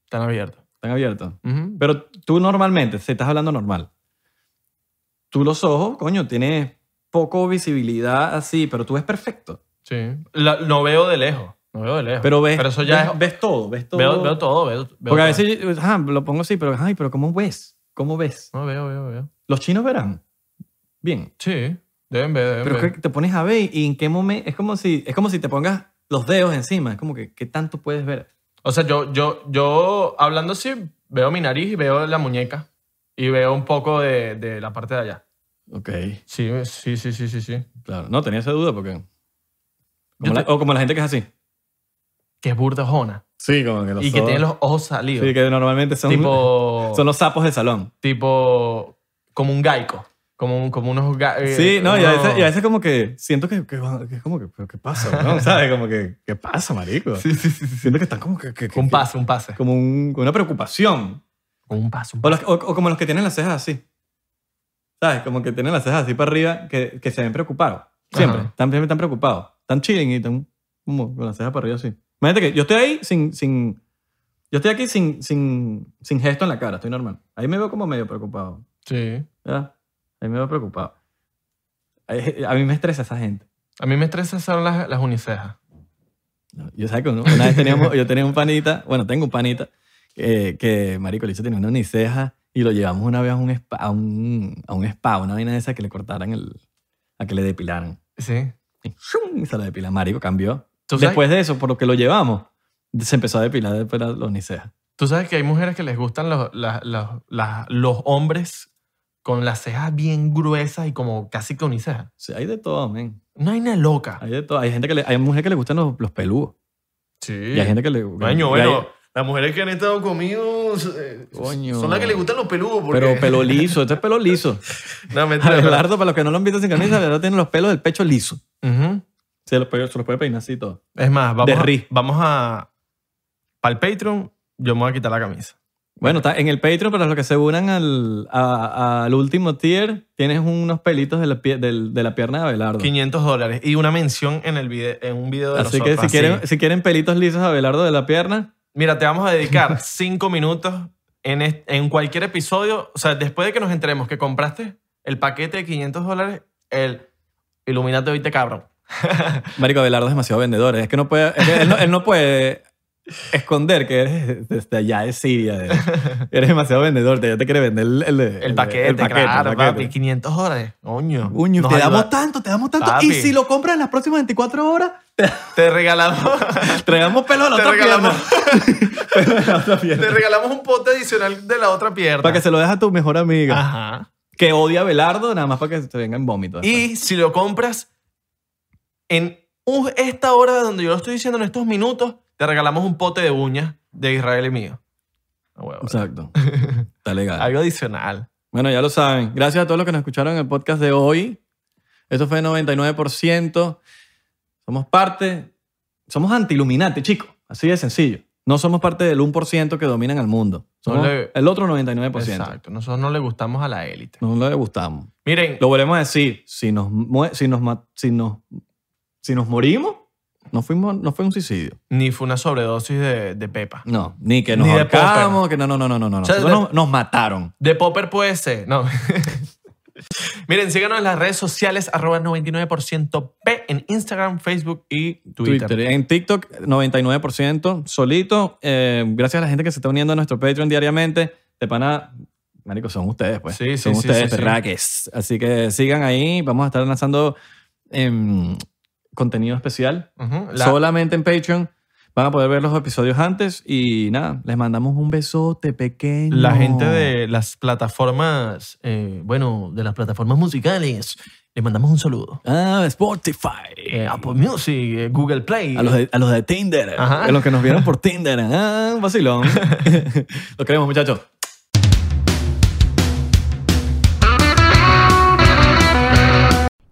[SPEAKER 2] Están abiertos.
[SPEAKER 1] Están abiertos.
[SPEAKER 2] Ujú.
[SPEAKER 1] Pero tú normalmente, si estás hablando normal, tú los ojos, coño, tienes poco visibilidad así, pero tú ves perfecto.
[SPEAKER 2] Sí. La- no veo de lejos. No veo de lejos.
[SPEAKER 1] Pero ves,
[SPEAKER 2] eso ya
[SPEAKER 1] ves,
[SPEAKER 2] es.
[SPEAKER 1] ves todo, ves todo.
[SPEAKER 2] Veo, veo todo, veo, veo
[SPEAKER 1] Porque a
[SPEAKER 2] todo.
[SPEAKER 1] veces, yo- ajá, lo pongo así, pero, ay, pero ¿cómo ves? ¿Cómo ves?
[SPEAKER 2] No, veo, veo, veo.
[SPEAKER 1] Los chinos verán. Bien.
[SPEAKER 2] Sí, deben ver, deben
[SPEAKER 1] Pero es
[SPEAKER 2] ver.
[SPEAKER 1] que te pones a ver y en qué momento, es como si, es como si te pongas los dedos encima, es como que, ¿qué tanto puedes ver?
[SPEAKER 2] O sea, yo, yo, yo hablando así, veo mi nariz y veo la muñeca. Y veo un poco de, de la parte de allá.
[SPEAKER 1] Ok,
[SPEAKER 2] Sí, sí, sí, sí, sí, sí.
[SPEAKER 1] claro. No, tenía esa duda porque... como
[SPEAKER 2] Yo
[SPEAKER 1] la-
[SPEAKER 2] te-
[SPEAKER 1] o como la gente que es así.
[SPEAKER 2] Que es burdejona.
[SPEAKER 1] Sí, como que los
[SPEAKER 2] Y que tiene los ojos salidos.
[SPEAKER 1] Sí, que normalmente son,
[SPEAKER 2] tipo,
[SPEAKER 1] [laughs] son los sapos de salón.
[SPEAKER 2] tipo, como un gaico. Como, un, como unos ga- eh,
[SPEAKER 1] Sí, no, y a
[SPEAKER 2] unos-
[SPEAKER 1] veces, y a veces como que siento que, que, que es como que, pero ¿qué pasa? ¿no? ¿Sabes? Como que, ¿qué pasa, marico?
[SPEAKER 2] Sí, sí, sí. sí.
[SPEAKER 1] [laughs] Siento que están como que... que- que-
[SPEAKER 2] Un pase, un pase.
[SPEAKER 1] Como un- como una preocupación.
[SPEAKER 2] Un pase, un
[SPEAKER 1] O,
[SPEAKER 2] pase.
[SPEAKER 1] los- o- o como los que tienen las cejas así. ¿Sabes? Como que tienen las cejas así para arriba, que, que se ven preocupados. Siempre.
[SPEAKER 2] Ajá.
[SPEAKER 1] Están, siempre están preocupados. Están chilling y están como con las cejas para arriba así. Imagínate que yo estoy ahí sin... sin yo estoy aquí sin, sin, sin gesto en la cara, estoy normal. Ahí me veo como medio preocupado.
[SPEAKER 2] Sí.
[SPEAKER 1] ¿verdad? A mí me va preocupado. Ay, A mí me estresa esa gente.
[SPEAKER 2] A mí me estresaron las, las unicejas.
[SPEAKER 1] Yo sabes que uno- una vez teníamos, yo tenía un panita, bueno, tengo un panita, eh, que Marico Licho tenía una uniceja y lo llevamos una vez a un spa, a un, a un spa, una vaina de esa que le cortaran el, a que le depilaran.
[SPEAKER 2] Sí.
[SPEAKER 1] Y ¡shum! se la depilan. Marico cambió.
[SPEAKER 2] ¿Tú sabes,
[SPEAKER 1] Después de eso, por lo que lo llevamos, se empezó a depilar después la la uniceja.
[SPEAKER 2] tú sabes que hay mujeres que les gustan los, las- las- las- los hombres con las cejas bien gruesas y como casi que unicejas.
[SPEAKER 1] Sí, hay de todo, men.
[SPEAKER 2] No hay una loca.
[SPEAKER 1] Hay de todo. Hay gente que le, hay mujeres que le gustan los, los peludos.
[SPEAKER 2] Sí.
[SPEAKER 1] Y hay gente que le...
[SPEAKER 2] Coño,
[SPEAKER 1] y hay-
[SPEAKER 2] bueno, las mujeres que han estado conmigo eh,
[SPEAKER 1] Coño.
[SPEAKER 2] son las que les gustan los peludos. Porque...
[SPEAKER 1] Pero pelo liso, este es pelo liso.
[SPEAKER 2] [laughs]
[SPEAKER 1] [laughs]
[SPEAKER 2] No, mentira, pero-
[SPEAKER 1] Abelardo, para los que no lo han visto sin camisa, Abelardo tiene los pelos del pecho liso.
[SPEAKER 2] Ujú.
[SPEAKER 1] Se los, puede- se los puede peinar así y todo.
[SPEAKER 2] Es más,
[SPEAKER 1] De
[SPEAKER 2] vamos a,
[SPEAKER 1] ri.
[SPEAKER 2] vamos a... Para el Patreon, yo me voy a quitar la camisa.
[SPEAKER 1] Bueno, está en el Patreon, para los que se unan al, a- al último tier, tienes unos pelitos de la, pie- del- de la pierna de Abelardo.
[SPEAKER 2] 500 dólares y una mención en, el video, en un video de
[SPEAKER 1] Así
[SPEAKER 2] nosotros,
[SPEAKER 1] que si quieren, si quieren pelitos lisos de Abelardo de la pierna,
[SPEAKER 2] Mira, te vamos a dedicar [laughs] cinco minutos en, est- en cualquier episodio. O sea, después de que nos enteremos que compraste el paquete de 500 dólares, el Illuminate Viste Cabrón.
[SPEAKER 1] Marico Abelardo es demasiado vendedor. Es que no puede, es que él, no, él no puede esconder que eres desde allá de Siria. de- eres demasiado vendedor. Te, ya te quiere vender el, el-
[SPEAKER 2] El, paquete,
[SPEAKER 1] el paquete, el
[SPEAKER 2] claro,
[SPEAKER 1] paquete.
[SPEAKER 2] papi. 500 dólares. Coño.
[SPEAKER 1] Uño,
[SPEAKER 2] Nos
[SPEAKER 1] te
[SPEAKER 2] ayuda-
[SPEAKER 1] damos tanto, te damos tanto.
[SPEAKER 2] Papi.
[SPEAKER 1] Y si lo compras en las próximas 24 horas,
[SPEAKER 2] Te regalamos, [laughs]
[SPEAKER 1] Traigamos pelo a la
[SPEAKER 2] Te
[SPEAKER 1] otra
[SPEAKER 2] regalamos.
[SPEAKER 1] pierna. [laughs] Pelo a la otra pierna.
[SPEAKER 2] te regalamos un pote adicional de la otra pierna.
[SPEAKER 1] Para que se lo dejes a tu mejor amiga.
[SPEAKER 2] Ajá.
[SPEAKER 1] Que odia a Belardo, nada más para que se te venga en vómito.
[SPEAKER 2] Y si lo compras en un- esta hora donde yo lo estoy diciendo en estos minutos, te regalamos un pote de uñas de Israel y mío. Ah, huevo. [laughs]
[SPEAKER 1] Exacto. Está legal.
[SPEAKER 2] Algo adicional.
[SPEAKER 1] Bueno, ya lo saben. Gracias a todos los que nos escucharon en el podcast de hoy. Esto fue 99%. Somos parte, somos anti-Illuminati, chicos. Así de sencillo. No somos parte del 1% que dominan al mundo. Somos
[SPEAKER 2] le-
[SPEAKER 1] el otro 99%.
[SPEAKER 2] Exacto. Nosotros no le gustamos a la élite.
[SPEAKER 1] No le gustamos.
[SPEAKER 2] Miren,
[SPEAKER 1] Lo volvemos a decir. Si nos, mue- si nos, ma- si nos, si nos morimos, no, fuimos, no fue un suicidio.
[SPEAKER 2] ni fue una sobredosis de, de Pepa.
[SPEAKER 1] No, ni que nos
[SPEAKER 2] Ni de
[SPEAKER 1] ahorcamos, que no, no, no, no, no. no.
[SPEAKER 2] O sea,
[SPEAKER 1] Nosotros
[SPEAKER 2] de-
[SPEAKER 1] nos, nos mataron.
[SPEAKER 2] De Popper puede ser. No. [laughs] Miren, síganos en las redes sociales, arroba 99% P en Instagram, Facebook y Twitter.
[SPEAKER 1] Twitter. eh. En TikTok, 99% solito. Eh, gracias a la gente que se está uniendo a nuestro Patreon diariamente. De pana, marico, son ustedes, pues.
[SPEAKER 2] Sí, sí,
[SPEAKER 1] son
[SPEAKER 2] sí,
[SPEAKER 1] ustedes,
[SPEAKER 2] sí, sí.
[SPEAKER 1] perraques. Así que sigan ahí. Vamos a estar lanzando em, contenido especial
[SPEAKER 2] Ujú, la-
[SPEAKER 1] solamente en Patreon. Van a poder ver los episodios antes y nada, les mandamos un besote pequeño.
[SPEAKER 2] La gente de las plataformas, eh, bueno, de las plataformas musicales, les mandamos un saludo.
[SPEAKER 1] Ah, Spotify.
[SPEAKER 2] Eh, Apple Music, eh, Google Play.
[SPEAKER 1] A los de, a los de Tinder.
[SPEAKER 2] Ajá.
[SPEAKER 1] A los que nos vieron por Tinder. Ah, un vacilón. los queremos, muchachos.